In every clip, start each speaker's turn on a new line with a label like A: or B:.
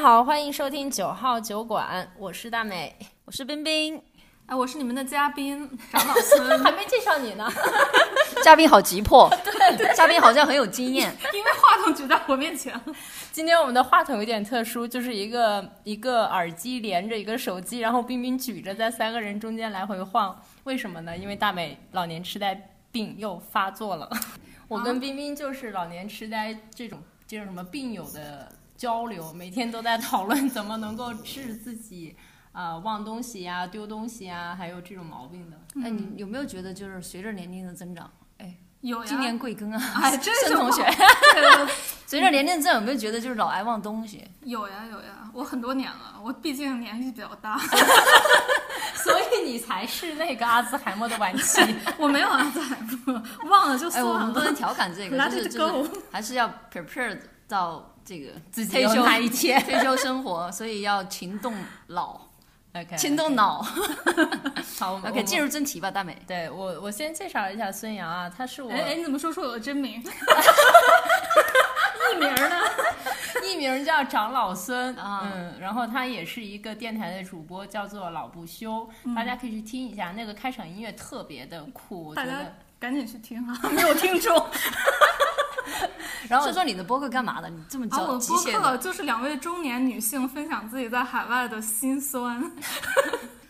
A: 好，欢迎收听九号酒馆，我是大美，
B: 我是冰冰，
C: 啊，我是你们的嘉宾长老 孙，
A: 还没介绍你呢。
B: 嘉宾好急迫，嘉宾好像很有经验，
C: 因为话筒举在我面前了。
A: 今天我们的话筒有点特殊，就是一个一个耳机连着一个手机，然后冰冰举着在三个人中间来回晃，为什么呢？因为大美老年痴呆病又发作了， 我
C: 啊
A: 跟冰冰就是老年痴呆这种这种什么病友的交流，每天都在讨论怎么能够治自己。啊、忘东西呀、丢东西呀、还有这种毛病的，
B: 哎，你有没有觉得就是随着年龄的增长，哎，
C: 有呀，
B: 今年贵庚啊？
C: 哎，这
B: 孙
C: 就
B: 同
C: 不
B: 学，随着年龄增长，有没有觉得就是老爱忘东西？
C: 有呀有呀，我很多年了，我毕竟年纪比较 大，
A: 所以你才是那个阿兹海默的晚 期。
C: 我没有阿兹海默，忘了就
B: 哎，
C: 算
B: 我们不
C: 了。
B: 能调侃这个，
C: Let
B: 就是
C: it
B: 就是还是要 prepare 到这个
A: 自己
B: 退
A: 有
B: 休
A: 那一天
B: 退休生活，所以要勤动脑，
A: OK，
B: 勤动脑。
A: 好，我们
B: OK，进
A: 入。
B: 入正题吧，大美。
A: 对我，我先介绍一下孙杨啊，他是我
C: 哎哎，你怎么说出我的真名？艺名呢？
A: 艺名叫长老孙，
B: 啊
A: 嗯，然后他也是一个电台的主播，叫做老不休，
B: 嗯
A: 大家可以去听一下，那个开场音乐特别的酷，我觉
C: 大家
A: 得。
C: 赶紧去听啊，没有听众。
A: 然后
B: 说说你的播客干嘛的？你这么
C: 啊，我
B: 着急
C: 播
B: 切
C: 客
B: 的，
C: 就是两位中年女性分享自己在海外的辛 酸，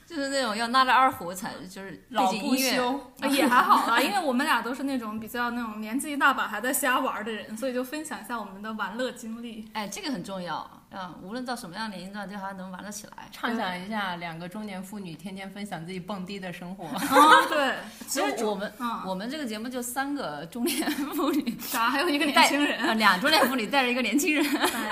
B: 就是那种要拉着二胡才就是背
A: 老
B: 景
A: 不
B: 音乐。
A: 休，
C: 啊也还好 啦，因为我们俩都是那种比较那种年纪一大把还在瞎玩的人，所以就分享一下我们的玩乐经历。
B: 哎，这个很重要啊！无论到什么样的年龄段，最好还能玩得起来。
A: 畅想一下两个中年妇女天天分享自己蹦迪的 生活，
B: 哦
C: 啊， 对，
B: 其实我们、
C: 嗯
B: 我们这个节目就三个中年妇女，
C: 啥？还有一个年
B: 带哎
C: 轻
B: 呃
C: 人，
B: 俩中年妇女带着一个年轻人，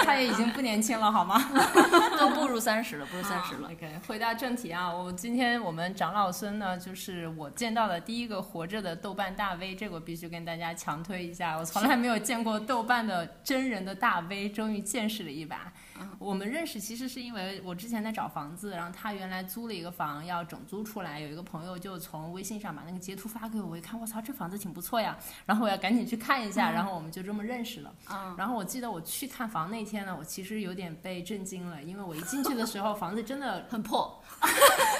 A: 她也已经不年轻了，好吗？
B: 都步入三十了，
A: 嗯
B: 步入三十了。
A: OK，回到正题啊，我今天我们长老孙呢，就是我见到的第一个活着的豆瓣大 V，这个我必须跟大家强推一下，我从来没有见过豆瓣的真人的大 V，终于见识了一把。我们认识其实是因为我之前在找房子，然后他原来租了一个房要整租出来，有一个朋友就从微信上把那个截图发给我，我一看，我操，这房子挺不错呀，然后我要赶紧去看一下，然后我们就这么认识了。
B: 嗯，
A: 然后我记得我去看房那天呢，我其实有点被震惊了，因为我一进去的时候， 房子真的
B: 很破， 嗯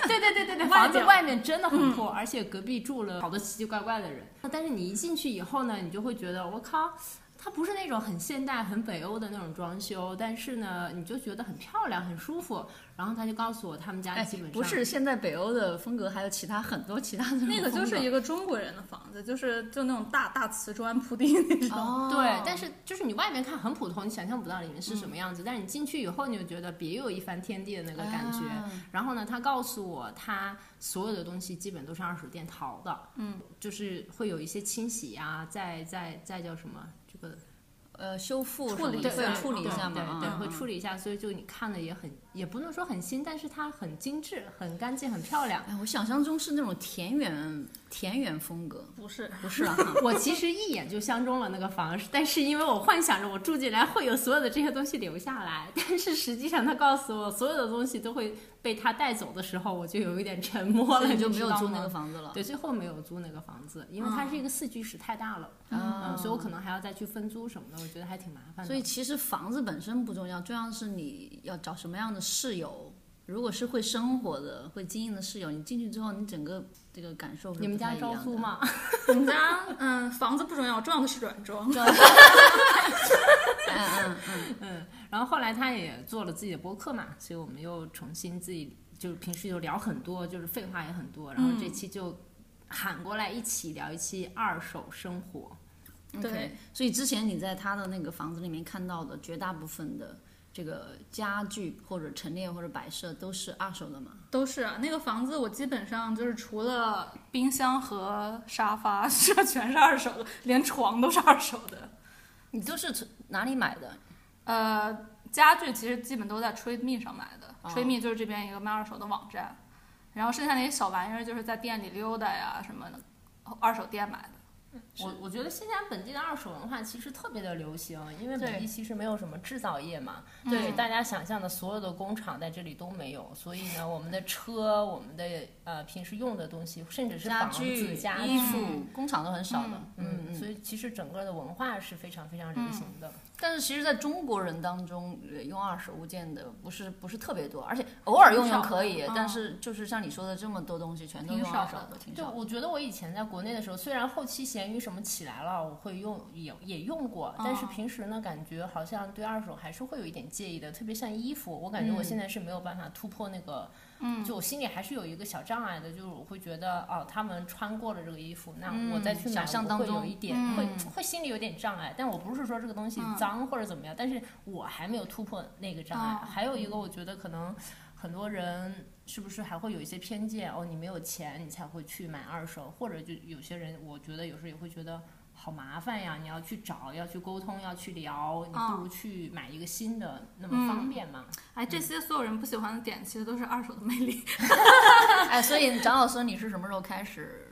A: 对对对对对，
C: 外
A: 房子
C: 表
A: 外面真的很破，而且隔壁住了好多奇奇怪怪的人。但是你一进去以后呢，你就会觉得我靠。它不是那种很现代、很北欧的那种装修，但是呢，你就觉得很漂亮、很舒服。然后他就告诉我，他们家
B: 哎
A: 基本上、，
B: 不是现在北欧的风格，还有其他很多其他的
C: 那个
B: 种
C: 就是
B: 风格
C: 一个中国人的房子，就是就那种大大瓷砖铺地那种。
B: 哦，嗯
A: 对，但是就是你外面看很普通，你想象不到里面是什么样子。但是你进去以后，你就觉得别有一番天地的那个感觉。
B: 啊
A: 然后呢，他告诉我，他所有的东西基本都是二手店淘的，
C: 嗯，
A: 就是会有一些清洗啊，再再再叫什么这个
B: 呃修复
C: 处理
B: 什么的
C: 一
B: 会
C: 下
B: 处理一下嘛，
A: 对对，
B: 啊
A: 会处理一下，所以就你看的也很，也不能说很新，但是它很精致、很干净、很漂亮。
B: 哎，我想象中是那种田园田园风格，
C: 不是，
B: 不是啊？哈
A: 我其实一眼就相中了那个房，但是因为我幻想着我住进来会有所有的这些东西留下来，但是实际上他告诉我，所有的东西都会被他带走的时候， 我就有一点沉默
B: 所
A: 了，
B: 以你就
A: 你知
B: 没有
A: 道
B: 租
A: 吗
B: 那个房子哦了。
A: 对，最后没有租那个房子，因为它是一个四居室，太大了，
B: 啊
A: 嗯，所以我可能还要再去分租什么的，我觉得还挺麻烦的。
B: 所以其实房子本身不重要，重要的是你要找什么样的室友。如果是会生活的、会经营的室友，你进去之后，你整个这个感受是
A: 你们
B: 不太
A: 家
B: 一样
A: 招租
B: 的？
A: 吗？
C: 我们家嗯房子不重要，重要的是软装。
B: 嗯嗯 嗯，
A: 嗯，然后后来他也做了自己的播客嘛，所以我们又重新自己就是平时就聊很多，就是废话也很多，然后这
B: 嗯
A: 期就喊过来一起聊一期二手生活。
C: 对
B: OK，所以之前你在他的那个房子里面看到的绝大部分的这个家具或者陈列或者摆设都是二手的嘛？
C: 都是啊，那个房子我基本上就是除了冰箱和沙发，这全是二手的，连床都是二手的。
B: 你都是从哪里买的？
C: 呃，家具其实基本都在 Trade Me 上买的、
B: 哦
C: t r a d e Me 就是这边一个卖二手的网站，然后剩下那些小玩意儿就是在店里溜达呀什么的，二手店买的。
A: 我我觉得新西兰本地的二手文化其实特别的流行，因为本
B: 对
A: 地其实没有什么制造业嘛，
C: 嗯
A: 就是大家想象的所有的工厂在这里都没有，所以呢，我们的车、我们的呃平时用的东西，甚至是
B: 家
A: 房
B: 具、
A: 子、家
B: 衣
A: 具，
B: 服、工厂都很少的，
A: 嗯，所
B: 嗯。
A: 以其实整个的文化是非常非常流行的。
B: 但是其实，在中国人当中，呃用二手物件的不是不是特别多，而且偶尔用用可以
C: 挺少，的
B: 但是就是像你说的这么多东西，全都
C: 挺
B: 用
C: 少
B: 二手
C: 的
B: 的，嗯挺
A: 就
B: 少的。
A: 我觉得我以前在国内的时候，虽然后期闲鱼什么起来了，我会用也也用过，但是
C: 哦
A: 平时呢，感觉好像对二手还是会有一点介意的，特别像衣服，我感觉我
B: 嗯
A: 现在是没有办法突破那个，
C: 嗯
A: 就我心里还是有一个小障碍的，就是我会觉得哦，他们穿过了这个衣服，那我再去买，
B: 嗯想象
A: 我
B: 当
A: 会有
B: 中
A: 一点、
C: 嗯
A: 会会心里有点障碍，但我不是说这个东西
C: 嗯
A: 脏或者怎么样，但是我还没有突破那个障碍。
C: 哦
A: 还有一个，我觉得可能很多人是不是还会有一些偏见哦，你没有钱你才会去买二手，或者就有些人，我觉得有时候也会觉得好麻烦呀，你要去找，要去沟通，要去聊，你不如
C: 嗯
A: 去买一个新的，那么方便嘛。
C: 哎，这些所有人不喜欢的点，其实都是二手的魅力。
B: 哎，所以张老师，你是什么时候开始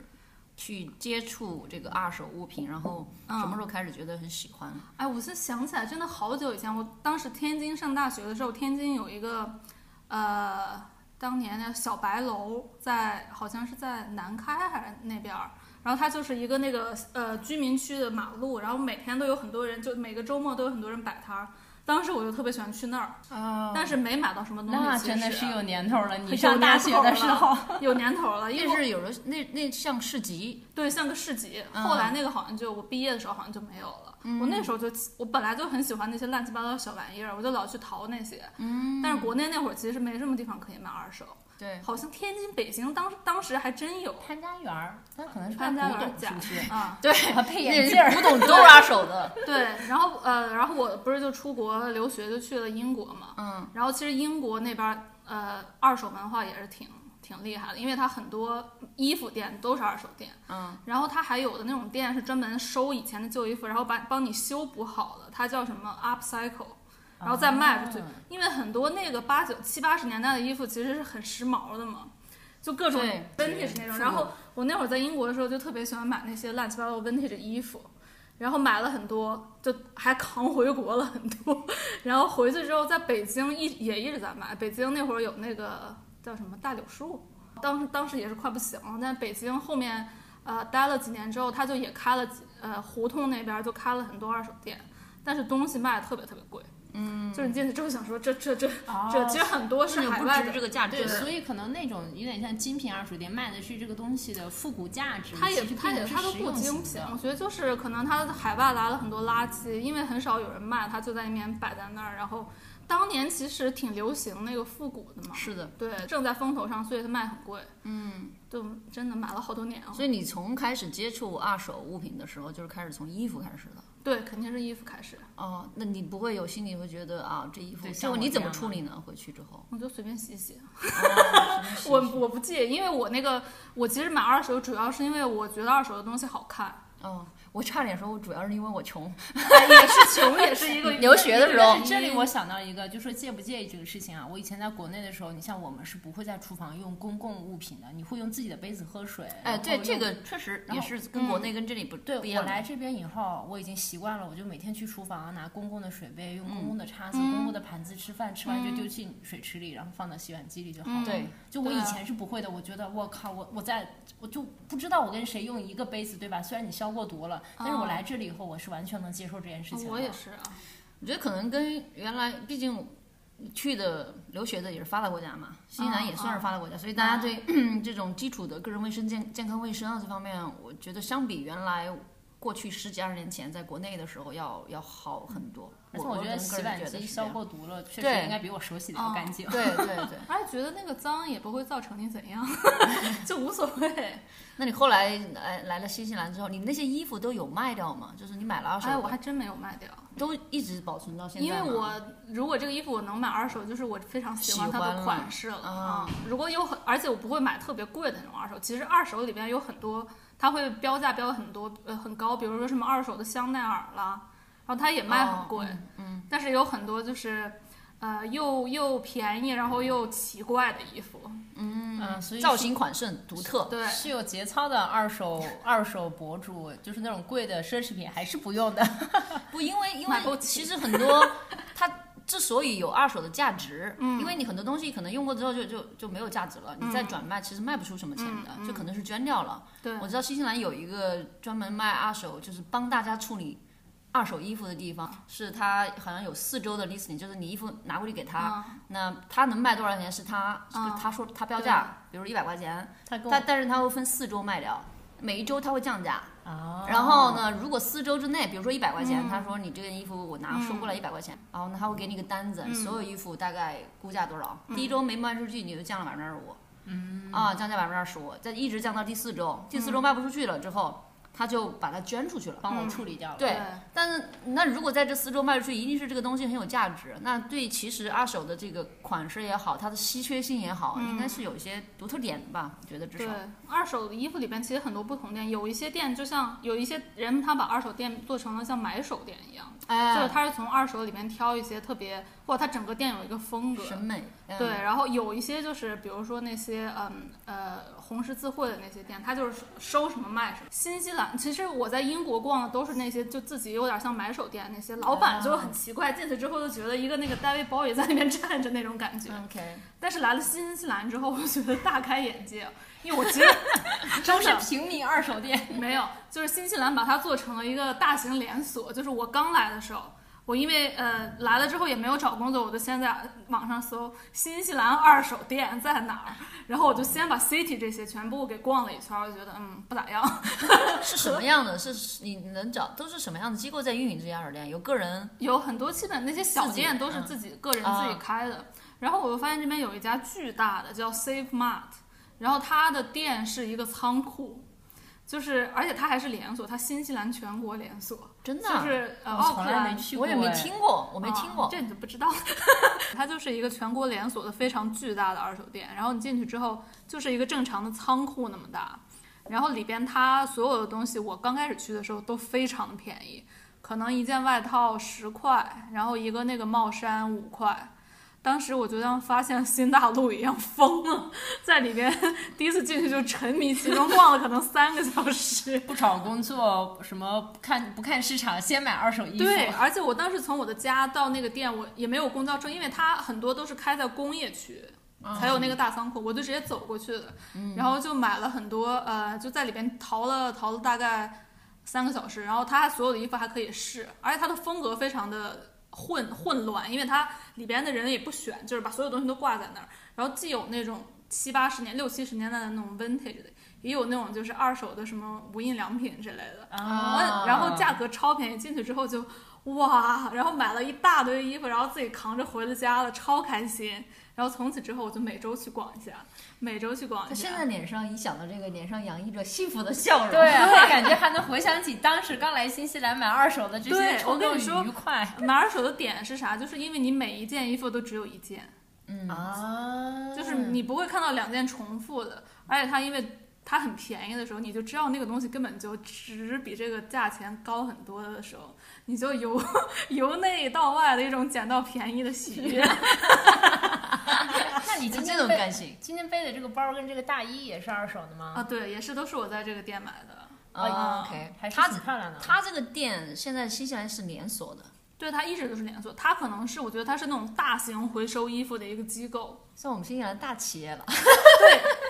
B: 去接触这个二手物品？然后什么时候开始觉得很喜欢？
C: 哎，我是想起来，真的好久以前，我当时天津上大学的时候，天津有一个，呃，当年的小白楼在，好像是在南开还是那边儿。然后它就是一个那个呃居民区的马路，然后每天都有很多人，就每个周末都有很多人摆摊儿。当时我就特别喜欢去那儿，
A: 啊
C: 但是没买到什么东西。
A: 那
C: 嗯其
A: 真的
C: 实啊
A: 是有年头了。你
C: 有
A: 上大
C: 年
A: 学
C: 头
A: 的时
C: 了
A: 候，
C: 有年头了，因为
B: 那是有了那那像市集，
C: 对，像个市集。
B: 嗯
C: 后来那个好像就我毕业的时候好像就没有了。我那时候就我本来就很喜欢那些乱七八糟的小玩意儿，我就老去淘那些。嗯，但是国内那会儿其实没什么地方可以买二手，
B: 对，
C: 好像天津、北京当时当时还真有
A: 潘家园儿，那可能是
C: 潘家
A: 古
C: 园儿
A: 董，是
C: 假
A: 不是？
C: 啊。
B: 对，
A: 啊 配
B: 那
A: 眼镜 儿
B: 古董都是二手的，
C: 对，然后呃，然后我不是就出国留学，就去了英国嘛。
B: 嗯，
C: 然后其实英国那边儿呃二手文化也是挺挺厉害的，因为它很多衣服店都是二手店。
B: 嗯，
C: 然后它还有的那种店是专门收以前的旧衣服，然后把帮你修补好了，它叫什么 upcycle，然后再卖出去。
A: 啊
C: 因为很多那个八九七八十年代的衣服其实是很时髦的嘛，就各种
B: 对
C: vintage 那
B: 复古
C: 种。然后我那会儿在英国的时候就特别喜欢买那些乱七八糟的 vintage 衣服。然后买了很多，就还扛回国了很多。 然后回去之后，在北京一也一直在买。北京那会儿有那个叫什么大柳树，当时当时也是快不行了。但北京后面呃待了几年之后，他就也开了几呃胡同那边儿就开了很多二手店，但是东西卖的特别特别贵。嗯，就是你进去之后想说这这这
A: 哦
C: 这，其实很多是
B: 你
C: 海
B: 不
C: 外
B: 值这
C: 的，
B: 个价值
A: 对，。所以可能那种有点像精品二手店，卖的是这个东西的复古价值，
C: 它也
A: 其实
C: 它也
A: 并是
C: 它都
A: 实
C: 不
A: 用
C: 精
A: 性
C: 品
A: 的。
C: 我觉得就是可能它海外来了很多垃圾，因为很少有人卖，它就在那边摆在那儿。然后当年其实挺流行那个复古的嘛，
B: 是的，
C: 对，正在风头上，所以它卖很贵。嗯，就真的买了好多年啊。
B: 所以你从开始接触二手物品的时候，就是开始从衣服开始的。
C: 对，肯定是衣服开始，
B: 哦，那你不会有心里会觉得啊，这衣服
A: 对像
B: 就
A: 我
B: 你
A: 这
B: 怎么
A: 样
B: 处
A: 吗
B: 理呢？回去之后，
C: 我就随便洗洗。
B: 哦什么
C: 我
B: 形式
C: 我不介意，因为我那个我其实买二手主要是因为我觉得二手的东西好看，
B: 哦，我差点说，我主要是因为 我穷，
A: 哎
C: 也是穷，也是一个
B: 留学的时候嗯
A: 但是这里我想到一个，就说介不介意这个事情啊？我以前在国内的时候，你像我们是不会在厨房用公共物品的，你会用自己的杯子喝水。
B: 哎，
A: 然后
B: 对，
A: 用
B: 这个确实
A: 然
B: 也
A: 后嗯
B: 是跟国内跟这里不
A: 对
B: 不一样
A: 我
B: 的。
A: 来这边以后，我已经习惯了，我就每天去厨房啊拿公共的水杯，用公
B: 嗯
A: 共的叉子、公共的盘子吃饭，吃完就丢进水池里，然后放到洗碗机里就好了。
B: 嗯对，
A: 就我
C: 对
A: 以
C: 啊
A: 前是不会的，我觉得我靠，我我在我就不知道我跟谁用一个杯子，对吧？虽然你消过毒了，但是我
B: 嗯
C: 哦
A: 来这里以后，我是完全能接受这件事情的。
C: 我也是啊，
B: 我觉得可能跟原来，毕竟去的留学的也是发达国家嘛，新西兰也算是发达
A: 哦
B: 国家，所以大家对、 这种基础的个人卫生健健康卫生啊这方面，我觉得相比原来过去十几二十年前在国内的时候要要好很多。
A: 嗯而且
B: 我
A: 我觉
B: 个人
A: 洗碗
B: 觉得
A: 机
B: 是这
A: 消
B: 样。
A: 过毒了，确实
B: 对
A: 应该比我手洗的要
C: 哦
A: 干净。
B: 对对对，
C: 而且觉得那个脏也不会造成你 怎样，就无所谓。
B: 那你后来来来了新西兰之后，你那些衣服都有卖掉吗？就是你买了 二手的，
C: 哎，我还真没有卖掉，
B: 都一直保存到现在
C: 因
B: 吗。
C: 为我如果这个衣服我能买二手，就是我非常喜欢它
B: 喜欢了
C: 的款式了
B: 啊
C: 嗯如果有很，而且我不会买特别贵的那种二手。其实二手里边有很多，它会标价标的很多，呃，很高，比如说什么二手的香奈儿啦，然后它也卖很贵，
B: 哦哦嗯嗯
C: 但是有很多就是。呃，又又便宜，然后又奇怪的衣服。
A: 嗯，所以
B: 造型款式很独特，
C: 对，
A: 是有节操的二手二手博主，就是那种贵的奢侈品还是不用的。
B: 不因为因
C: 买不
B: 为其实很多它之所以有二手的价值，
C: 嗯
B: 因为你很多东西可能用过之后就就就没有价值了，你再转卖其实卖不出什么钱的，就可能是捐掉了。
C: 嗯对
B: 我知道新西兰有一个专门卖二手，就是帮大家处理二手衣服的地方，是他好像有四周的 listing，就是你衣服拿过去给他，那他能卖多少钱是他，是
C: 嗯
B: 他说他标价，比如一百块钱，
A: 他跟
B: 他但是他会分四周卖掉，每一周他会降价。
C: 哦
A: 啊，
B: 然后呢，如果四周之内，比如说一百块
C: 嗯
B: 钱，他说你这件衣服我拿收过来一百块钱，然后呢他会给你个单
C: 嗯
B: 子，所有衣服大概估价多少，第一周没卖出去你就降了百分之二十五，嗯，
A: 哦
B: 啊，降价百分之二十五，再一直降到第四周，第
C: 嗯
B: 四周卖不出去了之后，他就把它捐出去了。
A: 帮我处理掉了。
B: 对，但是那如果在这四周卖出去，一定是这个东西很有价值。那对其实二手的这个款式也好，它的稀缺性也好，应该是有一些独特点的吧？我觉得至
C: 嗯对
B: 少，
C: 二手的衣服里边其实很多不同店，有一些店就像有一些人他把二手店做成了像买手店一样，就
B: 哎
C: 是，他是从二手里面挑一些特别，或者他整个店有一个风格。
B: 审美，嗯
C: 对，然后有一些就是，比如说那些嗯呃红十字会的那些店，它就是收什么卖什么。新西兰其实我在英国逛的都是那些就自己有点像买手店那些，老板就很奇怪，进去之后就觉得一个那个 David Bowie 在那边站着那种感觉。
B: 嗯，OK。
C: 但是来了新西兰之后，我觉得大开眼界，啊因为我其实 真
A: 都是
C: 的
A: 平民二手店。
C: 没有，就是新西兰把它做成了一个大型连锁。就是我刚来的时候，我因为呃来了之后也没有找工作，我就先在网上搜新西兰二手店在哪儿，然后我就先把 City 这些全部给逛了一圈儿，我就觉得嗯不咋样。
B: 是什么样的？是你能找都是什么样的机构在运营这些二手店？有个人
C: 有很多基本那些小
B: 自己
C: 店都是
B: 嗯
C: 自己个人自己
B: 啊
C: 开的。然后我就发现这边有一家巨大的叫 Save Mart，然后它的店是一个仓库，就是而且它还是连锁，它新西兰全国连锁，
B: 真的啊，
C: 就是呃
A: 我
C: 奥
A: 从
C: 克
A: 来
C: 兰
A: 没。去过，
B: 我也没听过，哎我没听过
C: 啊。这你就不 知道。它就是一个全国连锁的非常巨大的二手店，然后你进去之后就是一个正常的仓库那么大，然后里边它所有的东西，我刚开始去的时候都非常的便宜，可能一件外套十块，然后一个那个帽衫五块。当时我就像发现新大陆一样疯了，在里边 第一次进去就沉迷其中，逛了可能三个小时。
A: 不找工作，什么不看不看市场，先买二手衣服。啊
C: 对，而且我当时从我的家到那个店，我也没有公交车，因为它很多都是开在工业区，
A: 啊
C: 才有那个大仓库，我就直接走过去的，
A: 嗯
C: 然后就买了很多，呃，就在里边淘了淘了大概三个小时，然后它所有的衣服还可以试，而且它的风格非常的。混混乱，因为它里边的人也不选，就是把所有东西都挂在那儿，然后既有那种七八十年、六七十年代的那种 vintage 的，也有那种就是二手的什么无印良品之类的，
A: 啊，
C: 然后价格超便宜，进去之后就哇，然后买了一大堆衣服，然后自己扛着回了家了，超开心。然后从此之后，我就每周去逛一下，每周去逛
B: 他
C: 一下
B: 现。在脸上一想到这个，脸上洋溢着幸福的笑 容。
A: 对，我感觉还能回想起当时刚来新西兰买二手的这些
C: 对
A: 冲
C: 我跟
A: 动
C: 你说
A: 与愉快
C: 拿二手的点是啥？就是因为你每一件衣服都只有一件，
B: 嗯
A: 啊
C: 就是你不会看到两件重复的，而且它因为它很便宜的时候，你就知道那个东西根本就值比这个价钱高很多的时候，你就由 由内到外的一种捡到便宜的喜悦。
A: 那你
B: 就
A: 今
B: 这
A: 天
B: 种
A: 背
B: 感性。
A: 今天背的这个包跟这个大衣也是二手的吗？
C: 啊，对，也是都是我在这个店买的。
B: 啊
C: 啊
B: ，OK，
A: 嗯还是
B: 他
A: 挺漂亮的。
B: 他这个店现在新西兰是连锁的，
C: 对，它一直都是连锁，它可能是我觉得它是那种大型回收衣服的一个机构，
B: 像我们新西兰大企业了。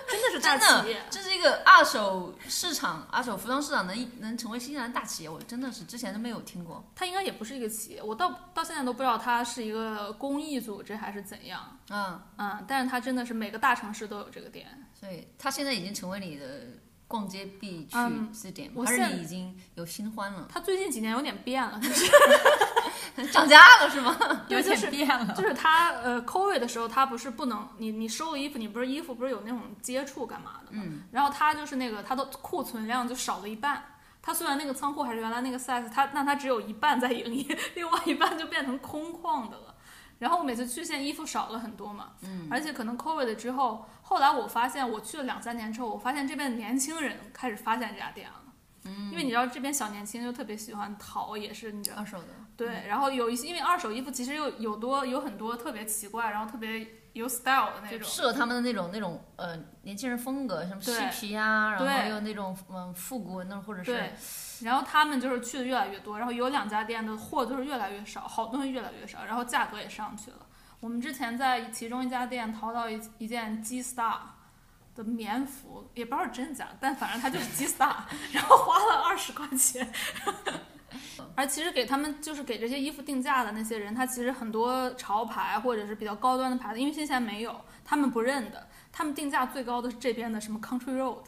C: 真的是大
B: 真
C: 企
B: 的
C: 业，。
B: 这是一个二手市场，二手服装市场能能成为新西兰大企业，我真的是之前都没有听过。
C: 它应该也不是一个企业，我到到现在都不知道它是一个公益组织还是怎样。
B: 嗯，
C: 嗯，但是它真的是每个大城市都有这个店。
B: 所以它现在已经成为你的逛街必去
C: 嗯
B: 之点，
C: 我
B: 还是
C: 现
B: 你已经有新欢了，
C: 它最近几年有点变了，就是
B: 涨价了是 吗？
A: 有
C: 就
A: 点
C: 是
A: 变了，
C: 就是它呃 COVID 的时候，它不是不能你你收了衣服，你不是衣服不是有那种接触干嘛的吗？然后它就是那个它的库存量就少了一半。它虽然那个仓库还是原来那个 size，它那它只有一半在营业， 另外一半就变成空旷的了。然后我每次去，现在衣服少了很多嘛，嗯，而且可能 COVID 之后，后来我发现我去了两三年之后，我发现这边的年轻人开始发现这家店了，因为你知道这边小年轻就特别喜欢淘，也是你知道
B: 二手的，
C: 对，然后有一些，因为二手衣服其实有有多有很多特别奇怪，然后特别有 style 的那
B: 就
C: 种。
B: 适合他们的那种那种呃年轻人风格，什么嬉
C: 对
B: 皮啊，然后
C: 对
B: 又那种嗯复古那种或者是
C: 对，然后他们就是去的越来越多，然后有两家店的货就是越来越少，好东西越来越少，然后价格也上去了。我们之前在其中一家店淘到一一件 G Star 的棉服，也不知道是真假，但反正它就是 G Star，然 后花了二十块钱。 而其实给他们就是给这些衣服定价的那些人，他其实很多潮牌或者是比较高端的牌子，因为现在没有，他们不认的，他们定价最高的是这边的什么 Country Road，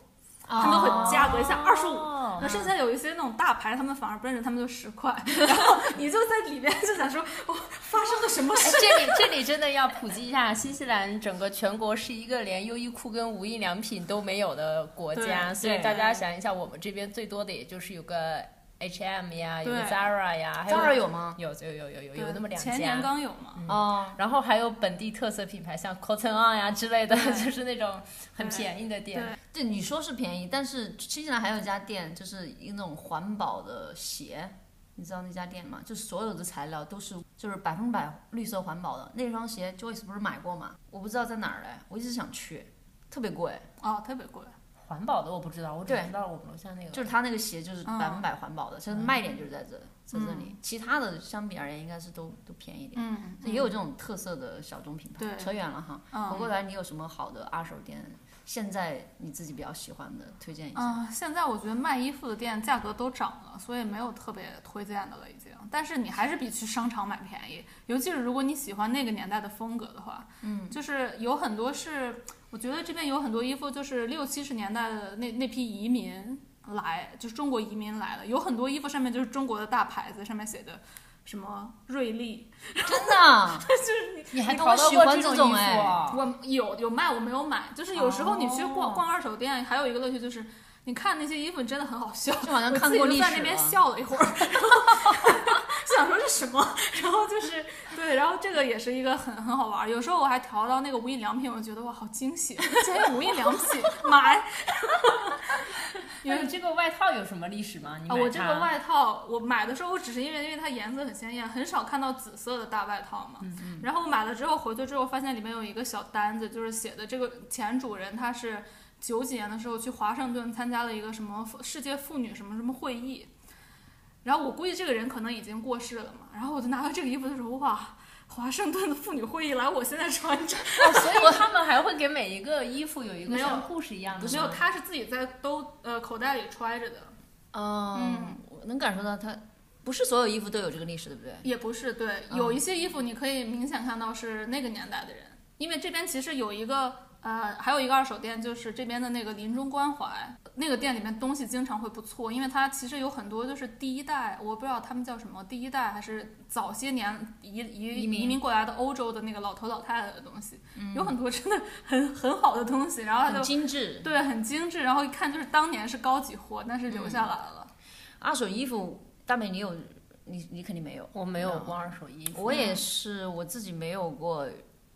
C: 他
B: 啊
A: 哦
C: 们会价格一下二十五，那剩
A: 嗯
C: 下有一些那种大牌，他们反而不认识，他们就十块， 然后你就在里边就想说，哦，发生了什么事？
A: 哎这里这里真的要普及一下，新西兰整个全国是一个连优衣库跟无印良品都没有的国家，
C: 对
A: 所以
B: 对
A: 大家想一下，我们这边最多的也就是有个 H&M 呀，有个
C: 对
A: Zara 呀，还有
B: Zara 有吗？
A: 有有有有有哎有
C: 对
A: 那么两
C: 前年
A: 家。嗯
C: 刚有嘛，
B: 哦，
A: 然后还有本地特色品牌，像 Cotton On 呀之类的，
C: 对
A: 就是那种很
C: 对
A: 便宜的店。
C: 对
B: 对，你说是便宜，但是新西兰还有一家店，就是一那种环保的鞋，你知道那家店吗？就是所有的材料都是就是百分百绿色环保的。那双鞋 Joyce 不是买过吗？我不知道在哪儿嘞，我一直想去，特别贵。
C: 哦，特别贵，
A: 环保的我不知道，我只
B: 对
A: 知道我们楼下那个。
B: 就是它那个鞋就是
C: 嗯
B: 百分百环保的，它的卖点就是在这，在这里。其他的相比而言，应该是都都便宜点。
C: 嗯
B: 也有这种特色的小众品牌。
C: 对
B: 扯远了哈。
C: 嗯
B: 回过来，你有什么好的二手店？现在你自己比较喜欢的，推荐一下。
C: 嗯，现在我觉得卖衣服的店价格都涨了，所以没有特别推荐的了已经。但是你还是比去商场买便宜，尤其是如果你喜欢那个年代的风格的话，嗯，就是有很多是，我觉得这边有很多衣服就是六七十年代的那那批移民来，就是中国移民来了，有很多衣服上面就是中国的大牌子，上面写的什么瑞丽，
B: 真的，
A: 你还
B: 你
A: 淘
B: 好
A: 到
B: 喜
A: 过
B: 欢
A: 种
B: 这
A: 衣
B: 种
A: 服
B: 哎
A: 啊？
C: 我有有卖，我没有买。就是有时候你去逛、
B: 哦
C: 逛二手店，还有一个乐趣就是。你看那些衣服真的很好笑，
B: 就好像
C: 我
B: 看
C: 自己
B: 过
C: 就
B: 历史
C: 在那边
B: 了
C: 笑了一会儿，然后 想说这什么，然后就是对，然后这个也是一个很很好玩儿。有时候我还调到那个无印良品，我觉得哇，好惊喜，竟然有无印良品买啊！
A: 那你这个外套有什么历史吗？你买
C: 哦我这
A: 它
C: 个外套我买的时候，我只是因为因为它颜色很鲜艳，很少看到紫色的大外套
A: 嗯
C: 嘛。然后我买了之后回去之后，发现里面有一个小单子，就是写的这个前主人他是。九几年的时候去华盛顿参加了一个什么世界妇女什么什么会议，然后我估计这个人可能已经过世了嘛，然后我就拿到这个衣服的时候，哇，华盛顿的妇女会议来，我现在穿 着，
A: 哦，所以他们还会给每一个衣服有一个
C: 没有
A: 像故事一样的吗，
C: 没有，他是自己在兜呃口袋里揣着的，
B: 嗯，我能感受到它不是所有衣服都有这个历史，对不对？
C: 也不是对，
B: 嗯
C: 有一些衣服你可以明显看到是那个年代的人，因为这边其实有一个呃，还有一个二手店，就是这边的那个临终关怀那个店里面东西经常会不错，因为它其实有很多就是第一代，我不知道他们叫什么，第一代还是早些年移移
B: 移民嗯
C: 移民过来的欧洲的那个老头老太太的东西， 有很多真的很很好的东西，然后它
B: 很
C: 就
B: 精致。
C: 对很精致，然后一看就是当年是高级货，但是留
B: 嗯
C: 下来了。
B: 二手衣服，大美你有，你你肯定没有。嗯
A: 我没有过二手衣服，
B: 我也是，我自己没有过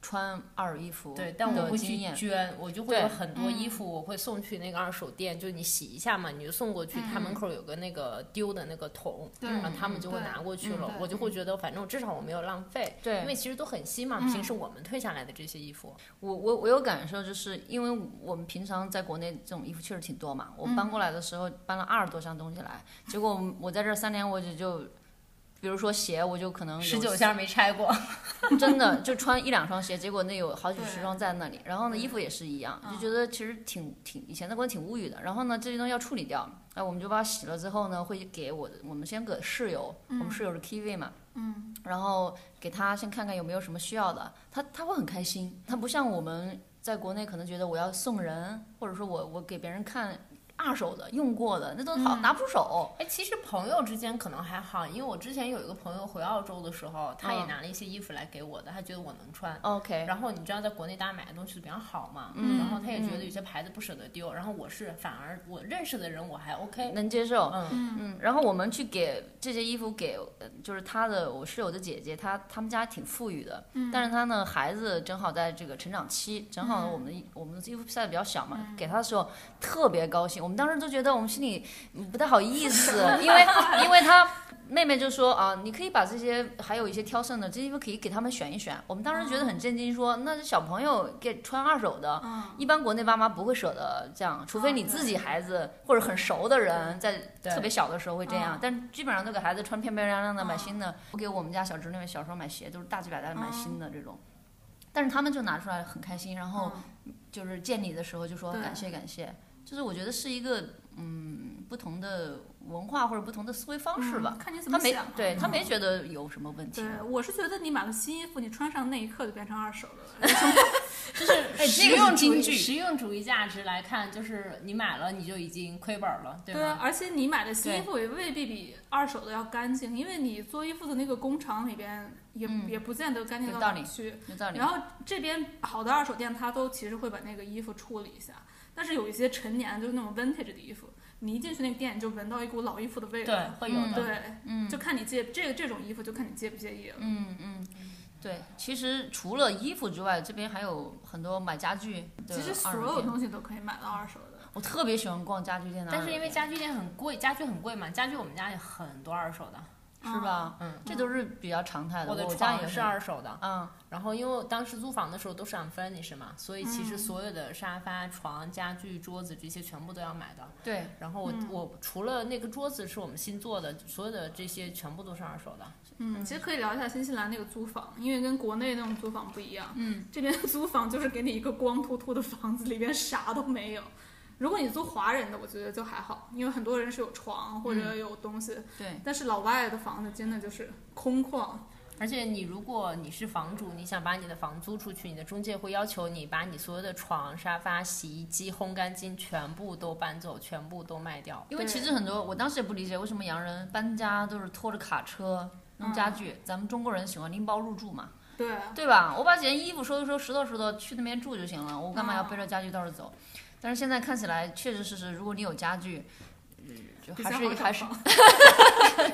B: 穿二手衣服
A: 对，但我
B: 嗯的
A: 会去
B: 经验。
A: 捐，我就会有
B: 对
A: 很多衣服，我会送去那个二手店，就你洗一下嘛，你就送过去，他门口有个那个丢的那个桶，
C: 对
A: 然后他们就会
C: 对
A: 拿过去
C: 嗯
A: 了
C: 对，
A: 我就会觉得反正至少我没有浪费，
B: 对
A: 因为其实都很新嘛，平时我们退下来的这些衣服，
B: 我我我有感受，就是因为我们平常在国内这种衣服确实挺多嘛。我
A: 嗯
B: 搬过来的时候搬了二十多箱东西来，结果我我在这儿三年我也就，比如说鞋，我就嗯可能有
A: 十九箱没拆过，
B: 真的就穿一两双鞋，结果那有好几十
C: 对嗯
B: 双在那里。然后呢，衣服也是一样，就觉得其实挺挺以前在国内挺无语的。然后呢，这些东西要处理掉，哎，我们就把它洗了之后呢，会给我的我们先给室友，我们室友是 Kiwi 嘛，嗯，然后给他先看看有没有什么需要的，他他会很开心，他不像我们在国内可能觉得我要送人，或者说我我给别人看。二手的、用过的，那都
C: 嗯
B: 好、拿不手。
A: 哎，其实朋友之间可能还好，因为我之前有一个朋友回澳洲的时候，他也
B: 嗯
A: 拿了一些衣服来给我的，他觉得我能穿。
B: OK，
A: 然后你知道在国内大家买的东西比较好嘛，然后他也觉得有些牌子不舍得丢，然后我是反而我认识的人我还 OK，
B: 能接受。
A: 嗯
B: 嗯，然后我们去给这些衣服给，呃就是他的我室友的姐姐，她他们家挺富裕的，
A: 嗯
B: 但是她呢孩子
A: 嗯
B: 正好在这个成长期，正好我们的、我们的衣服晒的比较小嘛，给她的时候特别高兴，我们当时就觉得我们心里嗯不太好意思， 因为因为他妹妹就说啊，你可以把这些还有一些挑剩的这些衣服可以给他们选一选。我们当时觉得很震惊说，那小朋友给穿二手的，
C: 嗯，
B: 一般国内爸妈不会舍得这样，除非你自己孩子或者很熟的人在
A: 啊对
B: 特别小的时候会这样
C: 嗯，
B: 但基本上都给孩子穿漂漂亮亮的，
C: 嗯
B: 买新的。我给我们家小侄女小时候买鞋都是大几百的买新的这种，但是他们就拿出来很开心，然后就是见你的时候就说
C: 嗯对
B: 感谢感谢，就是我觉得是一个嗯不同的文化或者不同的思维方式吧
C: 嗯。看你怎
B: 他
C: 么
B: 没
C: 想。嗯
B: 对他没觉得有什么问题，
C: 对，我是觉得你买了新衣服，你穿上那一刻就变成二手的了。
A: 哎，
B: 实
A: 这个
B: 用
A: 是
B: 经
A: 经
B: 济
A: 济实用主义价值来看，就是你买了你就已经亏本了，对
C: 对啊
A: 吗？，
C: 而且你买的新衣服也未必比二手的要干净，因为你做衣服的那个工厂里边也、
B: 嗯
C: 也不见得干净到
B: 有
C: 哪
B: 道
C: 儿
B: 理
C: 去。
B: 有道理
C: 然。后这边好的二手店，它都其实会把那个衣服处理一下，但是有一些陈年就是那种 vintage 的衣服，你一进去那个店，你就闻到一股老衣服的味
A: 对
C: 道。，
A: 会有
B: 嗯
A: 的。
C: 对，
B: 嗯
C: 就看你介这个这种衣服，就看你介不介意了。
B: 嗯嗯，对，其实除了衣服之外，这边还有很多买家具的
C: 其实所
B: 二手
C: 有
B: 店。
C: 东西都可以买到二手的。
B: 我特别喜欢逛家具店的啊二
A: 但
B: 手店，
A: 是因为家具店很贵，家具很贵嘛，家具我们家也很多二手的，
B: 是吧？
A: 嗯，
B: 哦这都是比较常态的。
A: 我的
B: 嗯我家
A: 床
B: 也
A: 也是二手的。
B: 嗯，
A: 然后因为我当时租房的时候都是按 furnish 嘛，所以其实所有的沙发、床、家具、桌子这些全部都要买的。
B: 对，
A: 然后我、
C: 嗯
A: 我除了那个桌子是我们新做的，所有的这些全部都是二手的。
C: 嗯，其实可以聊一下新西兰那个租房，因为跟国内那种租房不一样。嗯，这边租房就是给你一个光秃秃的房子，里边啥都没有。如果你租华人的，我觉得就还好，因为很多人是有床或者有东西，
B: 对，
C: 但是老外的房子真的就是空旷。
A: 而且你如果你是房主，你想把你的房租出去，你的中介会要求你把你所有的床、沙发、洗衣机、烘干机全部都搬走，全部都卖 掉。
B: 因为
C: 对
B: 其实很多，我当时也不理解为什么洋人搬家都是拖着卡车弄家
A: 嗯
B: 具，咱们中国人喜欢拎包入住嘛，
C: 对，啊
B: 对吧？我把几件衣服收一收，拾掇拾掇，去那边住就行了，我干嘛要背
A: 哦
B: 着家具到处走？但是现在看起来确实是是，如果你有家具，嗯，就还是还是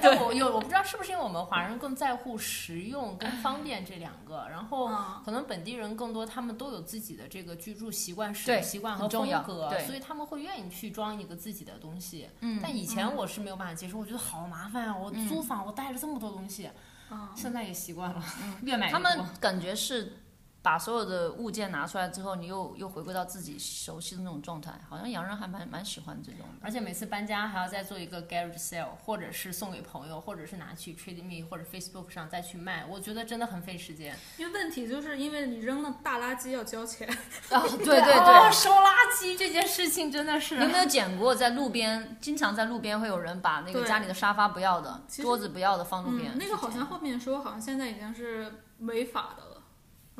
A: 但 我有我不知道是不是因为我们华人更在乎实用跟方便这两个，然后
C: 嗯
A: 可能本地人更多，他们都有自己的这个居住习惯、使
B: 对
A: 用习惯和
B: 很重
A: 风
B: 要
A: 格
B: 对，
A: 所以他们会愿意去装一个自己的东西。
B: 嗯
A: 但以前我是没有办法接受，我觉得好麻烦啊！我租房，我带了这么多东西，
C: 嗯，
A: 现在也习惯了，越买越
B: 嗯他
A: 多。
B: 们感觉是把所有的物件拿出来之后，你又又回归到自己熟悉的那种状态，好像洋人还蛮蛮喜欢这种的。
A: 而且每次搬家还要再做一个 garage sale，或者是送给朋友，或者是拿去 Trade Me 或者 Facebook 上再去卖，我觉得真的很费时间。
C: 因为问题就是因为你扔了大垃圾要交钱，
B: 啊，对对
A: 哦
B: 对。
A: 收垃圾这件事情真的是
B: 你有没有捡过在路边？经常在路边会有人把那个
C: 对
B: 家里的沙发不要的、
C: 其实
B: 桌子不要的放路边
C: 嗯，
B: 去捡。
C: 那个好像后面说好像现在已经是违法的了，